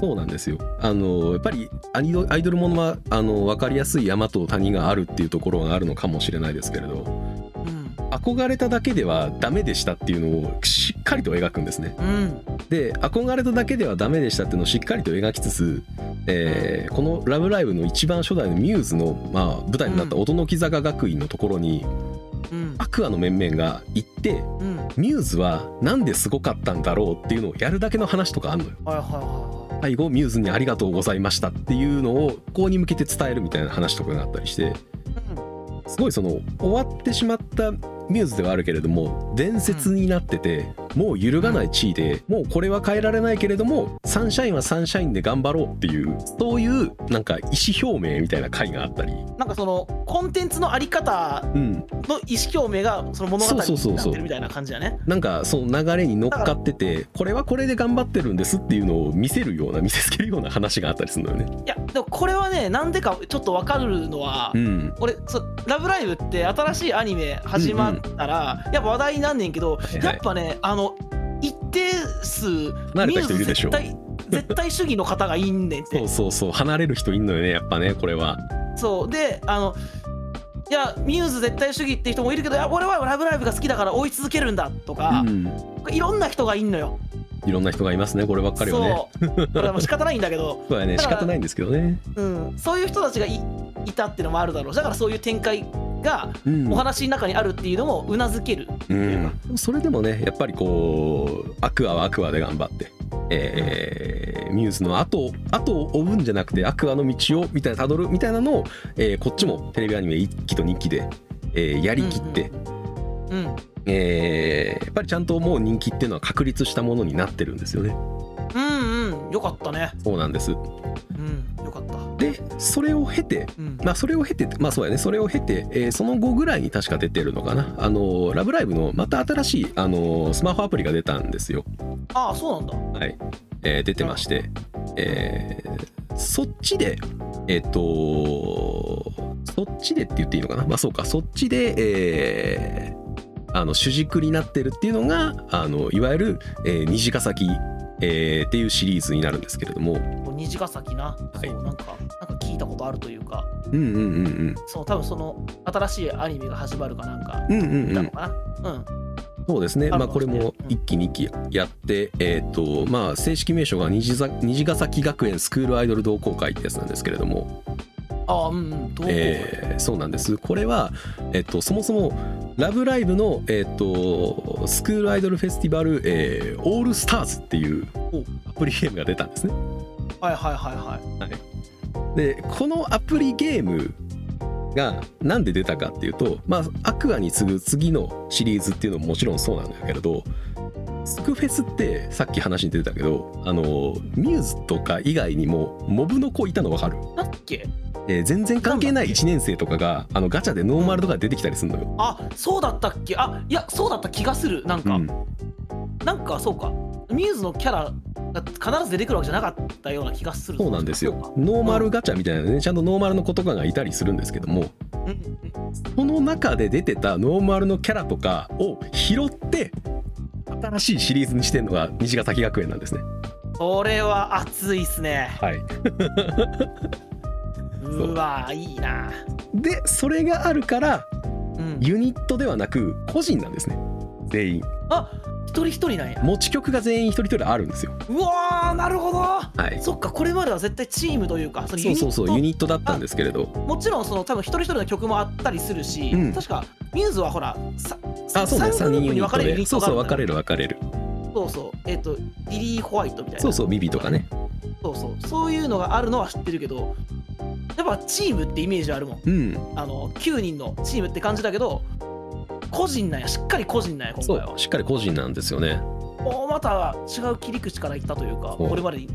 A: そうなんですよあのやっぱりアニドアイドルものはあの分かりやすい山と谷があるっていうところがあるのかもしれないですけれど
B: うん。
A: 憧れただけではダメでしたっていうのをしっかりと描くんですね
B: うん。
A: で憧れただけではダメでしたっていうのをしっかりと描きつつ、えーこの「ラブライブ!」の一番初代のミューズの、まあ、舞台になった音の木坂学院のところに、
B: うん。
A: アクアの面々が行って
B: うん。
A: ミューズはなんですごかったんだろうっていうのをやるだけの話とかあるのよ。
B: はいはいはいはい。
A: 最後ミューズにありがとうございましたっていうのをこうに向けて伝えるみたいな話とかがあったりしてすごいその終わってしまったミューズではあるけれども伝説になっててもう揺るがない地位でもうこれは変えられないけれどもサンシャインはサンシャインで頑張ろうっていうそういうなんか意思表明みたいな回があったり、
B: うん、なんかそのコンテンツのあり方
A: うん、
B: の意識表明がその物語
A: そうそうそうそう
B: になってるみたいな感じだね。
A: なんかその流れに乗っかっててこれはこれで頑張ってるんですっていうのを見せるような見せつけるような話があったりするのよね。
B: いやでもこれはねなんでかちょっとわかるのは、
A: うん、
B: 俺そう「ラブライブ!」って新しいアニメ始まったら、やっぱ話題になんねんけど、
A: はいはい
B: やっぱねあの一定数
A: 慣れた人いるでしょ
B: ミューズ絶対絶対主義の方がいんねんって
A: そうそうそう離れる人いんのよねやっぱねこれは。
B: そうであのいやミューズ絶対主義って人もいるけどいや俺は「ラブライブ!」が好きだから追い続けるんだとか
A: う、ん
B: いろんな人がいんのよ。
A: いろんな人がいますねこればっかりはね。
B: そうこれ はもう仕方ないんだけど、
A: そうやね
B: だ
A: 仕
B: から
A: 方ないんですけどね。
B: うん、そういう人たちがいいたっていうのもあるだろうしだからそういう展開が
A: うん
B: お話の中にあるっていうのもうなずけるって
A: う
B: いうか、
A: ん、それでもねやっぱりこうアクアはアクアで頑張って、えーミューズの後を後を追うんじゃなくてアクアの道をみたいな辿るみたいなのを、えーこっちもテレビアニメ1期と2期で、えーやりきって、
B: うんうん
A: えーやっぱりちゃんともう人気っていうのは確立したものになってるんですよね
B: うんうんよかったね
A: そうなんです
B: うんよかった
A: でそれを経て
B: うん
A: まあそれを経てまあそうやねそれを経て、えーその後ぐらいに確か出てるのかなあのーラブライブ!」のまた新しい、あのースマホアプリが出たんですよ
B: ああそうなんだ
A: はい、えー出てまして、えーそっちで、えっ、と、そっちでって言っていいのかな、まあそうか、そっちで、えーあの主軸になってるっていうのが、あのいわゆる、えー虹ヶ崎、えーっていうシリーズになるんですけれども、
B: こう虹ヶ崎な、
A: い
B: そうなんかなんか聞いたことあるというか
A: うんうんうん
B: そう多分その新しいアニメが始まるかなんか
A: うん、うんうんう
B: なんの、かなうん
A: そうですね、
B: あ
A: まあ、これも一期二期やって、えーとまあ、正式名称が虹ざ虹ヶ崎学園スクールアイドル同好会ってやつなんですけれども、
B: ああうんうんどう、
A: えーそうなんですこれは、えっと、そもそも「ラブライブの」えっと、スクールアイドルフェスティバル、えーオールスターズっていうアプリゲームが出たんですね
B: はいはいはいはい
A: でこのアプリゲームがなんで出たかっていうと、まあ、アクアに次ぐ次のシリーズっていうのももちろんそうなんだけれどスクフェスってさっき話に出てたけどあのミューズとか以外にもモブの子いたの分かる、
B: だっけ
A: えー全然関係ない1年生とかがあのガチャでノーマルとか出てきたりするのよ
B: あそうだったっけあいやそうだった気がするなんか、
A: うん
B: なんかそうかミューズのキャラが必ず出てくるわけじゃなかったような気がする
A: そうなんですよ
B: そうか。
A: ノーマルガチャみたいなね、ちゃんとノーマルの子とかがいたりするんですけども、
B: うんうん
A: その中で出てたノーマルのキャラとかを拾って、新しいシリーズにしてるのが虹ヶ崎学園なんですね。
B: それは熱いっすね
A: はい。
B: うわーいいな
A: でそれがあるから
B: うん
A: ユニットではなく個人なんですね全員
B: あ一人一人なんや
A: 持ち曲が全員一人一人あるんですよ
B: うわーなるほど
A: はい
B: そっかこれまでは絶対チームというかその
A: そうそうそうユ
B: ユニッ
A: ニットだったんですけれど
B: トもちろんその多分一人一人の曲もあったりするし、
A: うん
B: 確かミューズはほらさ
A: あそうね
B: 3
A: 3人
B: グルー
A: ユ
B: プに
A: ニッ
B: 分か
A: ト
B: れるユ
A: で
B: ニッ
A: そう
B: トが
A: そう分
B: あ
A: か
B: るんだ
A: れ
B: よ
A: る分かれる
B: そうそうえっ、とリリー・ホワイトみたいな
A: そうそうビビとかね
B: そうそうそういうのがあるのは知ってるけどやっぱチームってイメージあるもん
A: うん
B: あの9人のチームって感じだけど個人なんやしっかり個人なんや今
A: そ
B: 回は
A: うしっかり個人なんですよね
B: おまた違う切り口からいったというか
A: そう
B: これまでに、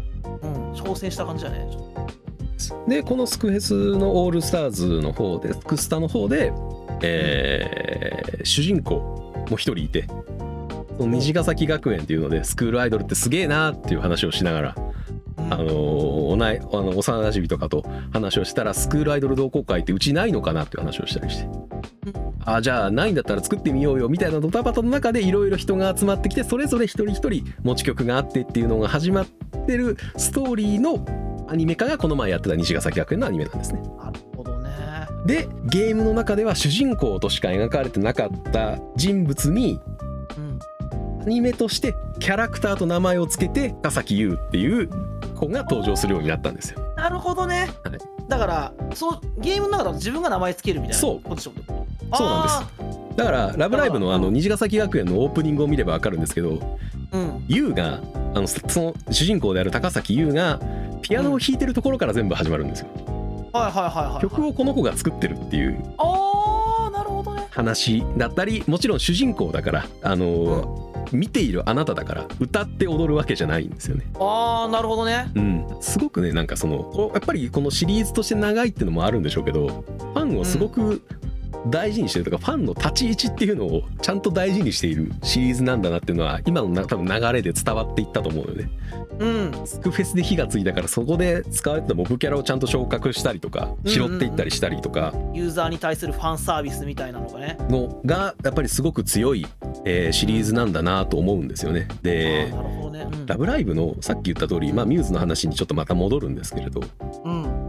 B: うん、挑戦した感じだねちょっと
A: でこのスクフェスのオールスターズの方でスクスタの方で、えー主人公も一人いてその虹ヶ崎学園っていうのでスクールアイドルってすげえなーっていう話をしながら、
B: うん
A: あのーおないあの幼なじみとかと話をしたらスクールアイドル同好会ってうちないのかなっていう話をしたりして。あじゃあないんだったら作ってみようよみたいなドタバタの中でいろいろ人が集まってきてそれぞれ一人一人持ち曲があってっていうのが始まってるストーリーのアニメ化がこの前やってた西ヶ崎学園のアニメなんですね。
B: なるほどね
A: でゲームの中では主人公としか描かれてなかった人物に
B: うん
A: アニメとしてキャラクターと名前を付けて深崎優っていう子が登場するようになったんですよ。
B: なるほどね、
A: はい
B: だからそうゲームの中だと自分が名前つけるみたいな
A: そう
B: ポジションってこと
A: そうなんだから「ラブライブの」あの虹ヶ崎学園のオープニングを見れば分かるんですけど
B: あーうん
A: 優があのそその主人公である高崎優がピアノを弾いてるところから全部始まるんですよ、
B: はいはいはいはいはい
A: 曲をこの子が作ってるっていう
B: ああなるほどね
A: 話だったりもちろん主人公だからあのー、見ているあなただから歌って踊るわけじゃないんですよね
B: ああなるほどね
A: うんすごくねなんかそのこうやっぱりこのシリーズとして長いっていうのもあるんでしょうけどファンをすごく大事にしてるとか、ファンの立ち位置っていうのをちゃんと大事にしているシリーズなんだなっていうのは今のな多分流れで伝わっていったと思うよね
B: うん
A: スクフェスで火がついたからそこで使われてたモブキャラをちゃんと昇格したりとか
B: うん
A: 拾っていったりしたりとか
B: ユーザーに対するファンサービスみたいなのがね
A: のがやっぱりすごく強い、えーシリーズなんだなと思うんですよね。で
B: あーなるほどね
A: 「ラブライブ!」のさっき言った通り、まあ、ミューズの話にちょっとまた戻るんですけれど
B: うんうん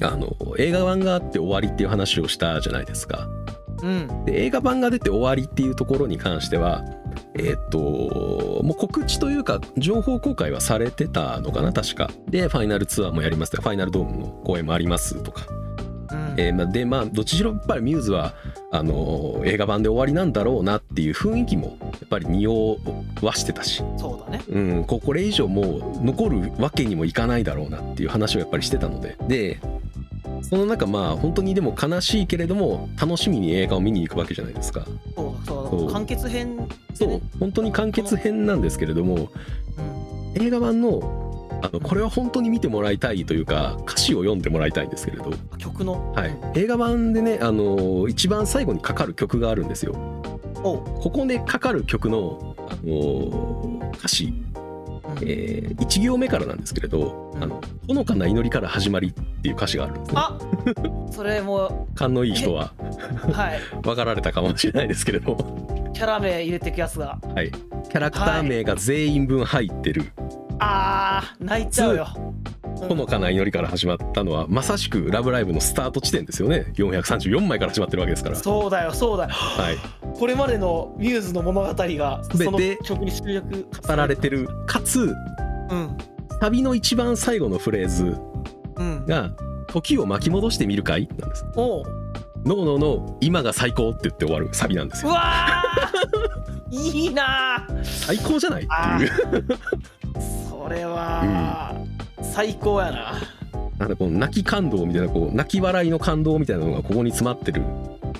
A: あの映画版があって終わりっていう話をしたじゃないですか。
B: うん
A: で映画版が出て終わりっていうところに関してはえーっともう告知というか情報公開はされてたのかな確か。でファイナルツアーもやりますとかファイナルドームの公演もありますとか。
B: うん
A: えーまあ、でまあどっちしろやっぱりミューズはあのー映画版で終わりなんだろうなっていう雰囲気もやっぱり匂わしてたし、
B: そうだね
A: うん、ここれ以上もう残るわけにもいかないだろうなっていう話をやっぱりしてたのででその中まあ本当にでも悲しいけれども楽しみに映画を見に行くわけじゃないですか
B: そうだそうだ
A: そう
B: 完結編で
A: そう
B: ね
A: 本当に完結編なんですけれども
B: うん
A: 映画版のあのこれは本当に見てもらいたいというか歌詞を読んでもらいたいんですけれど、
B: 曲の
A: は
B: う
A: い
B: ん、
A: 映画版でね、あのー一番最後にかかる曲があるんですよ
B: おう
A: ここでかかる曲の、あのー歌詞、
B: うん
A: え1行目からなんですけれど「あのほのかな祈りから始まり」っていう歌詞があるんですね。
B: あそれも
A: 勘のいい人は
B: はい
A: 分かられたかもしれないですけれど、
B: キャラ名入れてくやつが
A: はい、キャラクター名が全員分入ってる
B: あー泣いちゃうよ
A: 「ほのかな祈り」から始まったのはまさしく「ラブライブ!」のスタート地点ですよね434枚から始まってるわけですから。
B: そうだよそうだよ
A: はい、
B: これまでのミューズの物語が
A: 全て
B: その曲に集約
A: 語られてるかつ
B: うん
A: サビの一番最後のフレーズ
B: うん
A: が「時を巻き戻してみるかい?」なんです。
B: おう
A: ノーノーノー今が最高って言って終わるサビなんです
B: う
A: よ
B: わーいいなー
A: 最高じゃないっ
B: あ
A: ていう
B: それは、最高やな
A: なんかこの泣き感動みたいなこう泣き笑いの感動みたいなのがここに詰まってる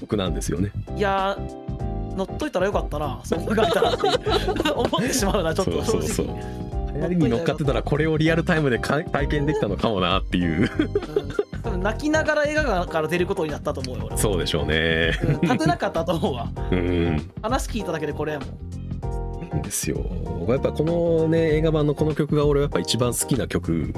A: 曲なんですよね
B: いやー乗っといたらよかったなそう考えたらって思ってしまうな ちょっと
A: そうそうそう
B: 正直
A: 流行りに乗っかってたらこれをリアルタイムでか体験できたのかもなっていう
B: うん多分泣きながら映画館から出ることになったと思うよ俺
A: そうでしょうね
B: うん立てなかったと思うわ
A: うん
B: 話聞いただけでこれやもん
A: なんですよやっぱこのね映画版のこの曲が俺はやっぱ一番好きな曲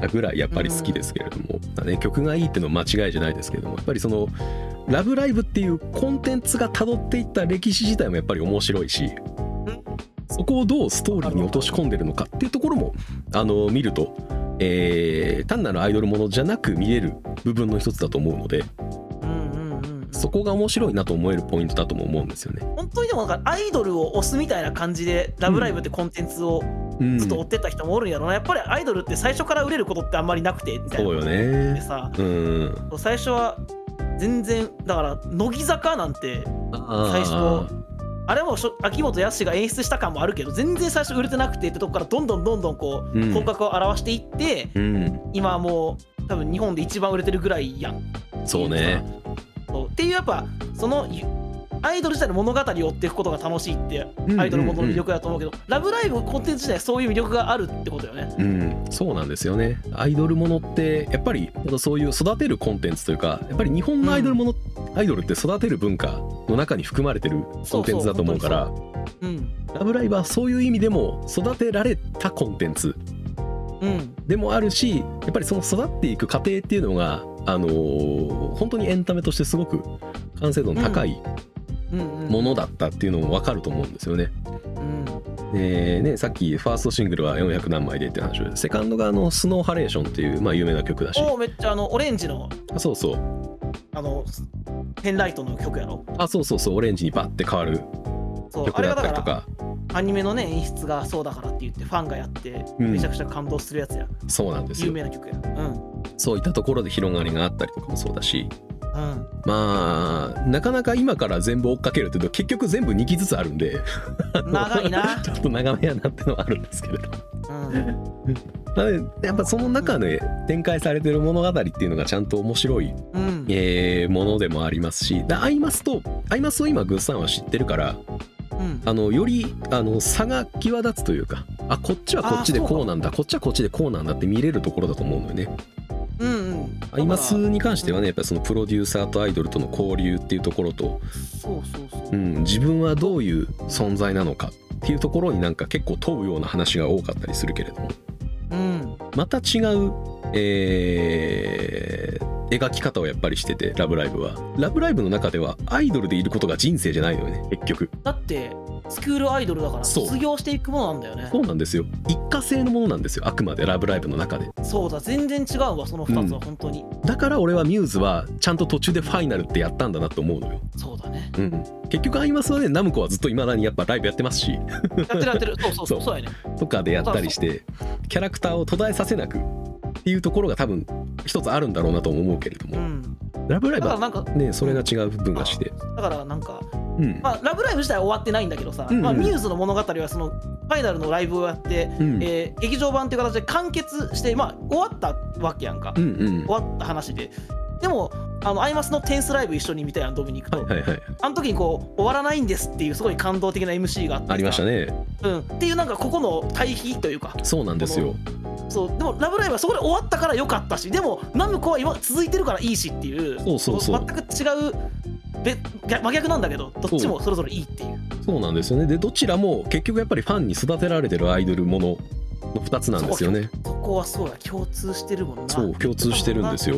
A: なぐらいやっぱり好きですけれども、まあね、曲がいいっていうのは間違いじゃないですけれどもやっぱりその「ラブライブ!」っていうコンテンツが辿っていった歴史自体もやっぱり面白いしそこをどうストーリーに落とし込んでるのかっていうところもあの見るとえー単なるアイドルものじゃなく見れる部分の一つだと思うので
B: うんうんうんうん
A: そこが面白いなと思えるポイントだとも思うんですよね。
B: 本当にでもなんかアイドルを推すみたいな感じで「ラブライブ!」ってコンテンツを
A: うん、
B: ずっと追
A: そ
B: ってった人もおるんやろな、やっぱりアイドルって最初から売れることってあんまりなくてみたいな
A: うよ
B: で
A: ね。
B: さ
A: うん、
B: 最初は全然だから乃木坂なんて最
A: 最
B: 初あれもしょ秋元康が演出した感もあるけど全然最初売れてなくてってとこからどんどんどんどんこう
A: うん
B: 頭角を表していって、
A: うん、
B: 今はもう多分日本で一番売れてるぐらいやん。
A: そうね。
B: そうっていうやっぱそのゆアイドル自体の物語を追っていくことが楽しいってアイドルものの魅力だと思うけど、ラブライブコンテンツ自体そういう魅力があるってことよね。
A: うん、そうなんですよねアイドルものってやっぱりそういう育てるコンテンツというかやっぱり日本のアイドルもの、アイドルって育てる文化の中に含まれてるコンテンツだと思うから
B: うん。
A: ラブライブはそういう意味でも育てられたコンテンツ
B: うん。
A: でもあるしやっぱりその育っていく過程っていうのが、あのー本当にエンタメとしてすごく完成度の高い
B: うん、うん。
A: ものだったっていうのも分かると思うんですよね。
B: うん。
A: でね、さっきファーストシングルは400何枚でって話をセカンドがあの「スノーハレーション」っていう、まあ、有名な曲だし
B: おーめっちゃあのオレンジの
A: あそうそう
B: あのペンライトの曲やろ。
A: あそうそうそうオレンジにバッて変わる
B: そうあ
A: 曲
B: れ
A: だ
B: が
A: っ
B: だ
A: た
B: か
A: りと
B: ら
A: か
B: アニメのね演出がそうだからって言ってファンがやって
A: うん
B: めちゃくちゃ感動するやつや、
A: そうなんです
B: 有
A: よ
B: 名な曲やうん
A: そういったところで広がりがあったりとかもそうだし
B: うん
A: まあなかなか今から全部追っかけるっていうと結局全部2期ずつあるんで
B: 長いな
A: ちょっと長めやなってのはあるんですけれど
B: うん
A: なのでやっぱその中で展開されてる物語っていうのがちゃんと面白い、
B: うん
A: えーものでもありますしだアイマスとアイマスを今グッさんは知ってるから
B: うん
A: あのよりあの差が際立つというかあこっちはこっちでこうなんだこっちはこっちでこうなんだって見れるところだと思うのよね。
B: うんうん
A: アイマス
B: だか
A: に関してはねやっぱりそのプロデューサーとアイドルとの交流っていうところと、、
B: らそうそうそううん
A: 自分はどういう存在なのかっていうところになんか結構問うような話が多かったりするけれども
B: うん
A: また違う、えー描き方をやっぱりしてて「ラブライブは」ラブライブの中ではアイドルでいることが人生じゃないのよね結局
B: だってスクールアイドルだから
A: そう
B: 卒業していくものなんだよね
A: そうなんですよ一過性のものなんですよあくまで「ラブライブ」の中で
B: そうだ全然違うわその2つ
A: うん
B: は本当に、
A: だから俺はミューズはちゃんと途中でファイナルってやったんだなと思うのよ、
B: そうだね
A: うん、結局アイマスはねナムコはずっといまだにやっぱライブやってますし
B: やってるやってるそうそうそ
A: そうう
B: そうやね
A: とかでやったりしてキャラクターを途絶えさせなくっていうところが多分一つあるんだろうなとも思うけれど
B: う
A: も
B: ん
A: 「ラブライ
B: だ
A: ブ!」は
B: からなんか
A: ねそれが違う部分がして
B: だからなんか
A: うん
B: まあ、ラブライブ自体は終わってないんだけどさ、
A: うんうん
B: まあ、ミューズの物語はそのファイナルのライブをやって、
A: うん
B: えー劇場版という形で完結して、まあ、終わったわけやんか、
A: うんうんは
B: 終わった話ででもあのアイマスのテンスライブ一緒に見たやんドミニクと、
A: いはいはい
B: あの時にこう終わらないんですっていうすごい感動的な MC があってさ
A: ありました、ね
B: うん、っていうなんかここの対比というか
A: そうなんですよ
B: そうでも「ラブライブ!」はそこで終わったから良かったしでもナムコは今続いてるからいいしっていう
A: そうそうそう
B: 全く違うべ逆真逆なんだけどどっちもそれぞれいいっていう。
A: そうなんですよねでどちらも結局やっぱりファンに育てられてるアイドルものの2つなんですよね
B: そこはそうだ共通してるもんな
A: そう共通してるんですよ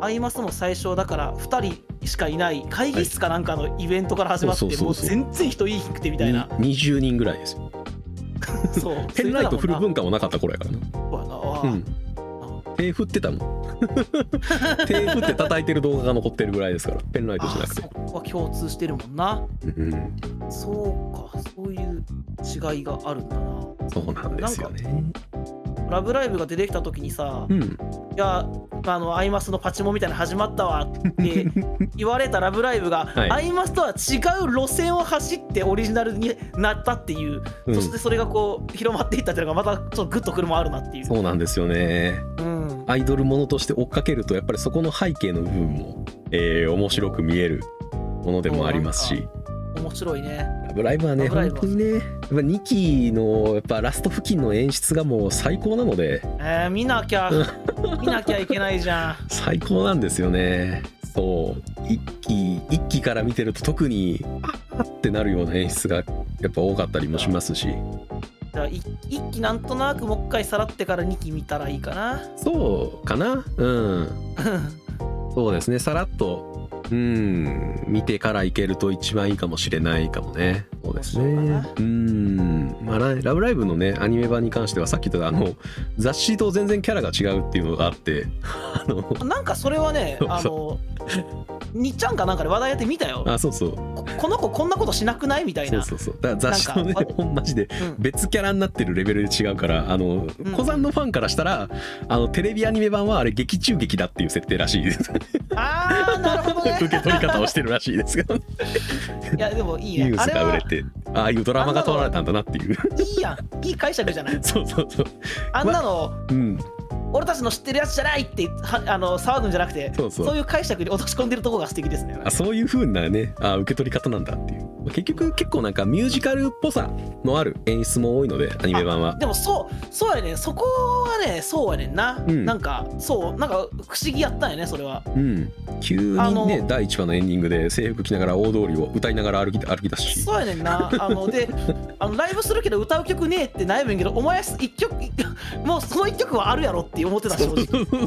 B: アイマスも最初だから2人しかいない会議室かなんかのイベントから始まって、
A: はいそうそうそうそう
B: もう全然人いいくてみたいな
A: 20人ぐらいですよ
B: そう
A: ペンライト振る
B: そう
A: 文化もなかった頃やからな
B: やなあ
A: うん手振ってたもん 手振って叩いてる動画が残ってるぐらいですからペンライトじゃ
B: あ
A: なく
B: そ
A: て
B: こは共通してるもんな
A: うん
B: そうかそういう違いがあるんだな
A: そうなんですよね
B: 「ラブライブ!」が出てきた時にさ「
A: う
B: い
A: ん
B: やあのアイマスのパチモンみたいなの始まったわ」 って言われた「ラブライブが」
A: はい
B: アイマスとは違う路線を走ってオリジナルになったっていう
A: うん
B: そしてそれがこう広まっていったというのがまたちょっとグッとくるもあるなっていう。
A: そうなんですよね
B: うん、
A: アイドルものとして追っかけるとやっぱりそこの背景の部分も、えー面白く見えるものでもあります
B: そう
A: し
B: 面白いね。
A: 「ラブライブ!」はね
B: ラブライブ
A: 本
B: は
A: 当にねやっぱ2期のやっぱラスト付近の演出がもう最高なので
B: えー、見な きゃ見なきゃいけないじゃん。
A: 最高なんですよねそう一期一期から見てると特にあーってなるような演出がやっぱ多かったりもしますし
B: じゃあい一期なんとなくもう一回さらってから二期見たらいいかな。
A: そうかなうんそうですねさらっとうん見てから行けると一番いいかもしれないかもねそうです
B: そうだ
A: ね
B: な
A: うんまあララブライブのねアニメ版に関してはさっき言ったあの雑誌と全然キャラが違うっていうのがあって あの
B: なんかそれはね、あの、にっちゃんかなんかで話題やってみたよ。
A: あそうそう
B: ここの子こんなことしなくないみたい
A: そう
B: な。
A: そうそうだから雑誌のね
B: なんか
A: ほんマジで
B: うん
A: 別キャラになってるレベルで違うからあの
B: ん
A: 小山のファンからしたらあのテレビアニメ版はあれ劇中劇だっていう設定らし いです
B: ああ、なるほどね
A: 受。け取り方をしてるらしいですけどね
B: いや、でもいい
A: ニュ
B: ね。
A: ー
B: あ
A: ス
B: れ
A: が売
B: は
A: れてああいうドラマが撮られたんだなっていう
B: いいやん。いい解釈じゃない。
A: そうそうそう
B: あんなの、
A: うん
B: 俺たちの知ってるやつじゃないってはあの騒ぐんじゃなくて、
A: そうそう
B: いう解釈に落とし込んでるとこが素敵ですね。
A: あそういう風なねあ受け取り方なんだっていうまあ結局結構なんかミュージカルっぽさのある演出も多いのでアニメ版は
B: でもそうそうやねそこはねそうやねんな、
A: うん
B: なんかそうなんか不思議やったんやねそれは
A: うん急
B: あ
A: にね
B: の
A: 第1話のエンディングで制服着ながら大通りを歌いながら歩き歩き出すし
B: そうやねんなあのであのライブするけど歌う曲ねえって悩むんやけどお前一曲一 もうその一曲はあるやろって思ってた正直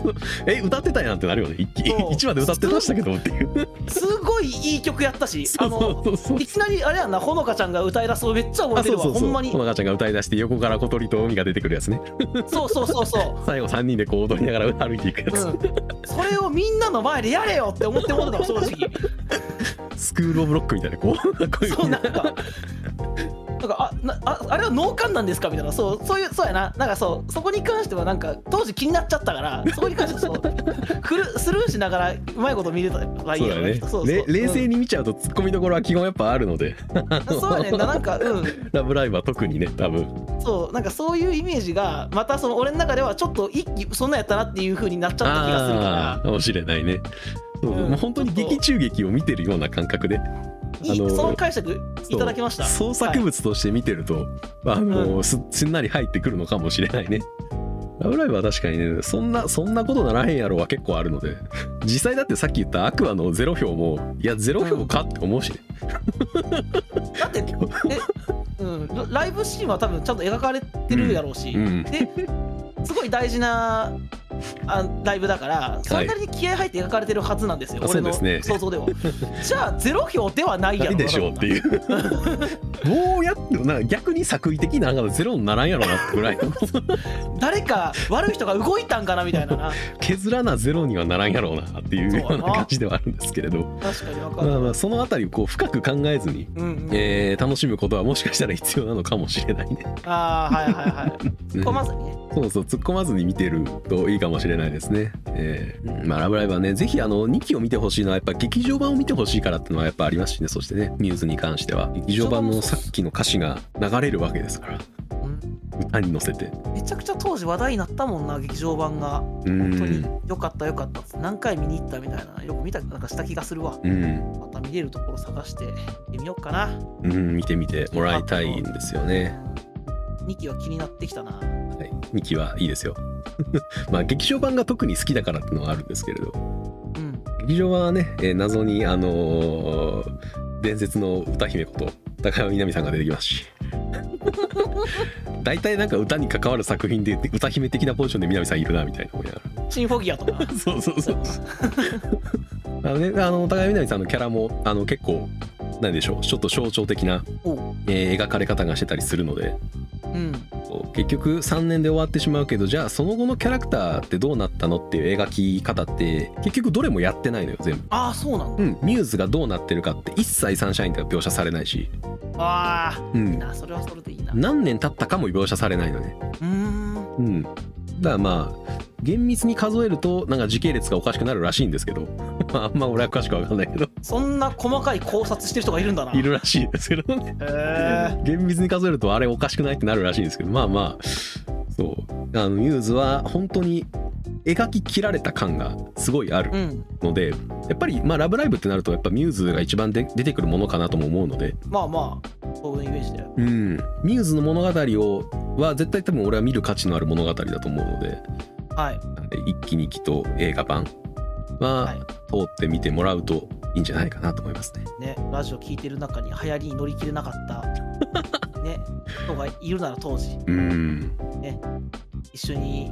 A: え歌ってたやんってなるよね一気
B: そう
A: 1話で歌ってましたけどっていう
B: すごいいい曲やったし
A: そ
B: あ
A: うそ
B: の
A: うそうそう
B: いきなりあれやんなほのかちゃんが歌い出すのめっちゃ覚え
A: あ
B: て
A: そ
B: る
A: う
B: わ
A: そう
B: ほ
A: そうん
B: まに
A: ほのかちゃんが歌い出して横から小鳥と海が出てくるやつね
B: そうそうそ うそう
A: 最後3人でこう踊りながら歩いていくやつ、
B: うん、それをみんなの前でやれよって思って思ってたわ正直
A: スクール・オブ・ロックみたいなこう こういう
B: そうなんかなんかあなああれは脳幹なんですかみたいなそうそういうそうやななんかそうそこに関してはなんか当時気になっちゃったからそこに関してはそうフルスルーしながらうまいこと見れたらい
A: そ
B: いうや
A: だ
B: ろ
A: ね
B: きっとそう
A: れ
B: そう
A: 冷静に見ちゃうとツッコミどころは基本やっぱあるので
B: うんそうやねんななんかうん
A: ラブライブは特にね多分
B: そうなんかそういうイメージがまたその俺の中ではちょっと一気そんなんやったなっていう風になっちゃった気がする
A: あ
B: か
A: あーかもしれないねそう、
B: うん
A: もう本当に劇中劇を見てるような感覚で
B: らいい
A: あの
B: その解釈いただきました
A: そう創作物として見てると、あのすすんなり入ってくるのかもしれないね。ラブライブは確かにねそんなそんなことならへんやろは結構あるので実際だってさっき言ったアクアのゼロ票もいやゼロ票かって思うしね、
B: だって、えうん、ラライブシーンは多分ちゃんと描かれてるやろうし、
A: うん
B: ですごい大事なあライブだから、それなりに気合入って描かれてるはずなんですよ、
A: あ
B: 俺の
A: そうです
B: 想像では。 じゃあ、ゼロ票ではないや
A: な
B: ろ
A: いでしょうって
B: う。
A: いうどうやってもな逆に作為的ななんかゼロにならんやろなってぐらいの
B: 誰か悪い人が動いたんかなみたいなな、
A: 削らなゼロにはならんやろうなっていうよう
B: そう
A: な
B: やな
A: 感じではあるんですけれど
B: 確かに分かる。
A: まあまあそのあたりをこう深く考えずに、
B: うんうん
A: えー楽しむことはもしかしたら必要なのかもしれないね。
B: ああ、はいはいはい。
A: うん
B: こうまずね、
A: そうそう突っ込まずに見てるといいかもしれないですね。えーまあ、ラブライブはね、ぜひあの2期を見てほしいのは、やっぱ劇場版を見てほしいからっていうのはやっぱありますしね、そしてね、ミューズに関しては。劇場版のさっきの歌詞が流れるわけですから、
B: うん
A: 歌に乗せて。
B: めちゃくちゃ当時話題になったもんな、劇場版が。
A: う
B: 本当に
A: ん。
B: よかったよかったっつって何回見に行ったみたいな、よく見たなんかした気がするわ。
A: うん、
B: また見れるところ探して見みようかな。
A: うん、見てみてもらいたいんですよね。
B: 2期は気になってきたな。
A: はい、2期はいいですよ。 まあ劇場版が特に好きだからっていうのはあるんですけれど、
B: うん。
A: 劇場版はね、えー謎にあのー伝説の歌姫こと高山みなみさんが出てきますし 大体なんか歌に関わる作品で歌姫的なポジションでみなみさんいるなみたいな思いなが
B: シンフォギア とか。
A: らそうそうそうあのねあの高山みなみさんのキャラもあの結構なんでしょうちょっと象徴的な、
B: おう。
A: えー描かれ方がしてたりするので
B: うん。
A: こう結局3年で終わってしまうけどじゃあその後のキャラクターってどうなったのっていう描き方って結局どれもやってないのよ全部。
B: ああ、そうなんだ。
A: うん、ミューズがどうなってるかって一切サンシャインでは描写されないし、
B: ああ、
A: う
B: いい
A: ん、
B: な、それはそれでいいな。う
A: 何年経ったかも描写されないのね、
B: ーん。
A: うん、だからまあ厳密に数えるとなんか時系列がおかしくなるらしいんですけど まああんま俺は詳しく分かんないけど
B: そんな細かい考察してる人がいるんだな。
A: い。るらしいですけど、ね、
B: へえ。
A: 厳密に数えるとあれおかしくないってなるらしいんですけどまあまあそうあのミューズは本当に描き切られた感がすごいある
B: うん。
A: ので、やっぱり、まあ、ラブライブってなると、やっぱミューズが一番で出てくるものかなとも思うので、
B: まあまあ、そういうイメージだよ。
A: うん、ミューズの物語をは絶対多分俺は見る価値のある物語だと思うので
B: はい。
A: なんで一期二期と映画版は
B: はい
A: 通ってみてもらうといいんじゃないかなと思いますね。
B: ね、ラジオ聞いてる中に流行りに乗り切れな かった、ね、人がいるなら当時、
A: うん
B: 一緒に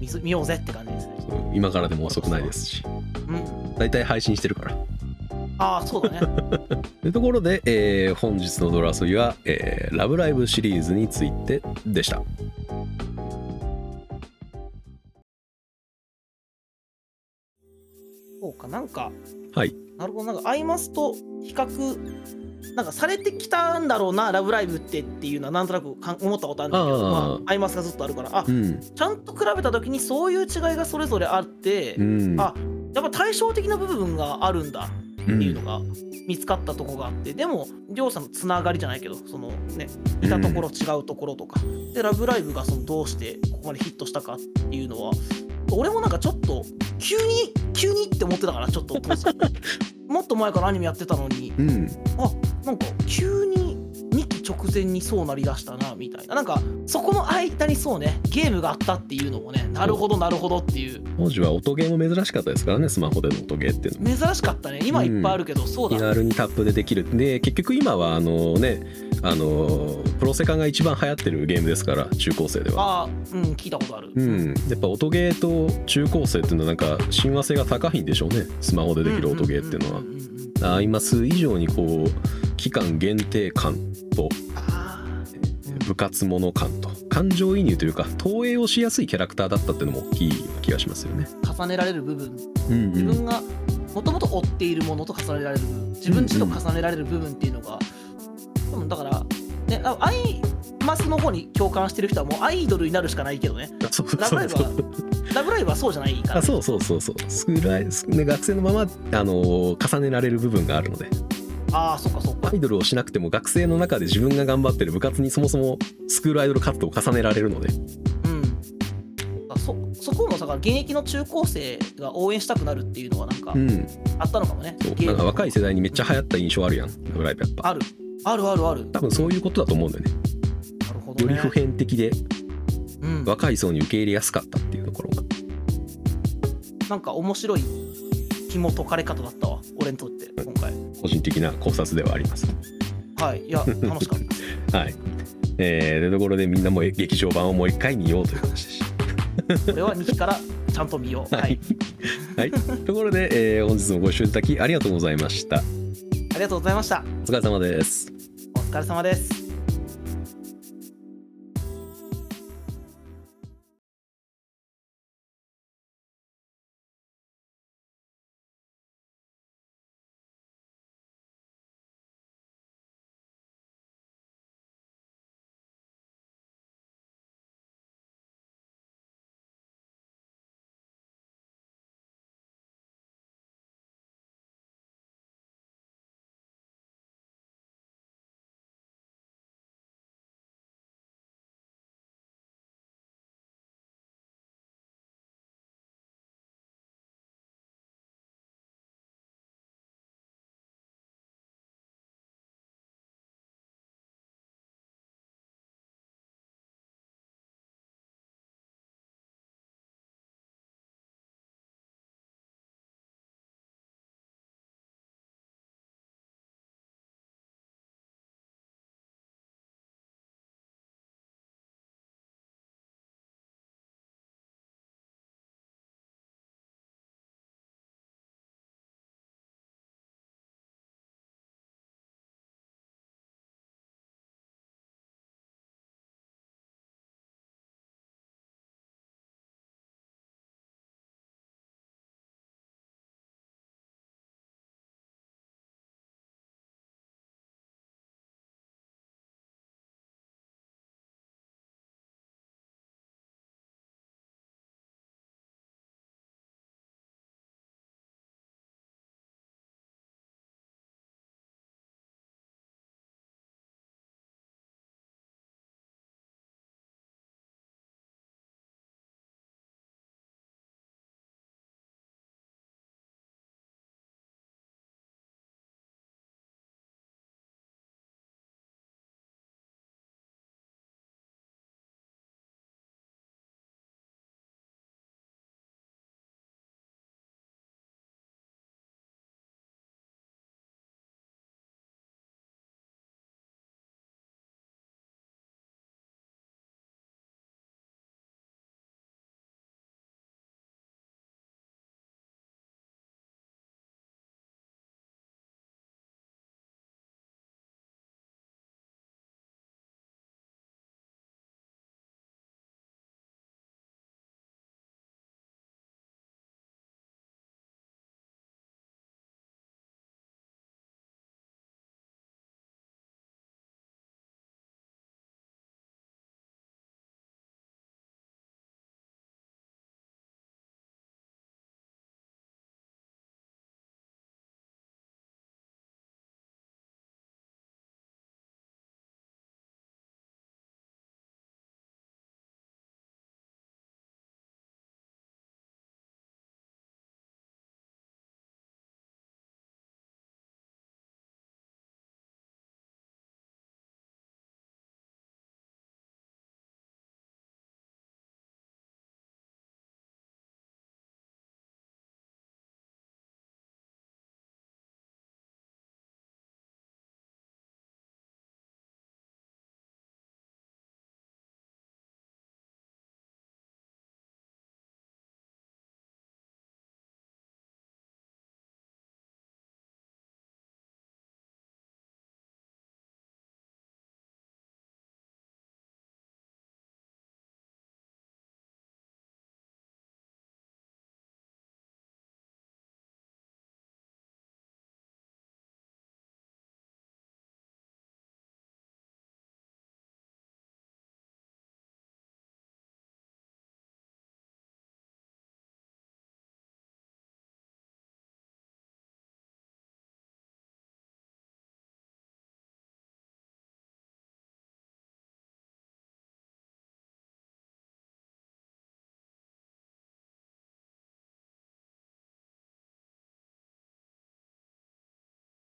B: 見ず見ようぜって感じですね。
A: そう今からでも遅くないですし
B: うん。
A: 大体配信してるから
B: ああそうだね
A: というところで、えー本日のドラ遊びは、えーラブライブ!」シリーズについてでした。
B: そうかなんか
A: はい
B: なるほどなんかアイマスと比較なんかされてきたんだろうな「ラブライブ!」ってっていうのはなんとなくかん思ったことあるんだけど
A: あー
B: まあ、アイマスがずっとあるからあ
A: うん、
B: ちゃんと比べた時にそういう違いがそれぞれあって、
A: うん、
B: あやっぱ対照的な部分があるんだ
A: う
B: っていうんのが見つかったとこがあって、でも両者のつながりじゃないけどそのねいたところ違うところとか、で「ラブライブ!」がそのどうしてここまでヒットしたかっていうのは俺もなんかちょっと急に急にって思ってたからちょっと当時 もっと前からアニメやってたのに
A: うん
B: あなんか急に2期直前にそうなりだしたなみたいななんかそこの間にそうねゲームがあったっていうのもねなるほどなるほどっていう
A: 当時は音ゲーも珍しかったですからねスマホでの音ゲーっていうのも
B: 珍しかったね今いっぱいあるけど、そう
A: 気
B: だ
A: 軽にタップでできるで結局今はあのねあのプロセカが一番流行ってるゲームですから中高生では。
B: あーうん聞いたことある、
A: うん、やっぱ音ゲーと中高生っていうのはなんか親和性が高いんでしょうねスマホでできる音ゲーっていうのは
B: んんんうんうん
A: アイマス以上にこう期間限定感と
B: あー
A: 部活者感と感情移入というか投影をしやすいキャラクターだったっていうのも大きい気がしますよね。
B: 重ねられる部分
A: うん
B: 自分がもともと追っているものと重ねられる部分自分ちと重ねられる部分っていうのが、多分だから、ね、あアイマスの方に共感してる人はもうアイドルになるしかないけどね
A: そう
B: ラブ
A: そ
B: ライ
A: う
B: ブ
A: そ
B: は
A: う。
B: ラブライブはそうじゃないから
A: あ そうそうそうそうスクライスね学生のまま、あのー重ねられる部分があるので
B: ああそっかそっか
A: アイドルをしなくても学生の中で自分が頑張ってる部活にそもそもスクールアイドル活動を重ねられるので
B: うんあそそこのさ現役の中高生が応援したくなるっていうのはなんか
A: うん
B: あったのかもね、
A: そう
B: ゲーム
A: なんか若い世代にめっちゃ流行った印象あるやんラブライブやっぱ
B: あるあるあるある
A: 多分そういうことだと思うんだよね
B: なるほど
A: より
B: ね
A: 普遍的で
B: うん、
A: 若い層に受け入れやすかったっていうところが
B: なんか面白い紐解かれ方だったわ俺にとって今回
A: 個人的な考察ではあります
B: はい いや楽しかったです
A: はいえー、でところでみんなも劇場版をもう一回見ようという話でした
B: これは2期からちゃんと見ようはい、
A: はい、ところで、えー本日もご視聴いただきありがとうございました
B: ありがとうございました
A: お疲れ様です
B: お疲れ様です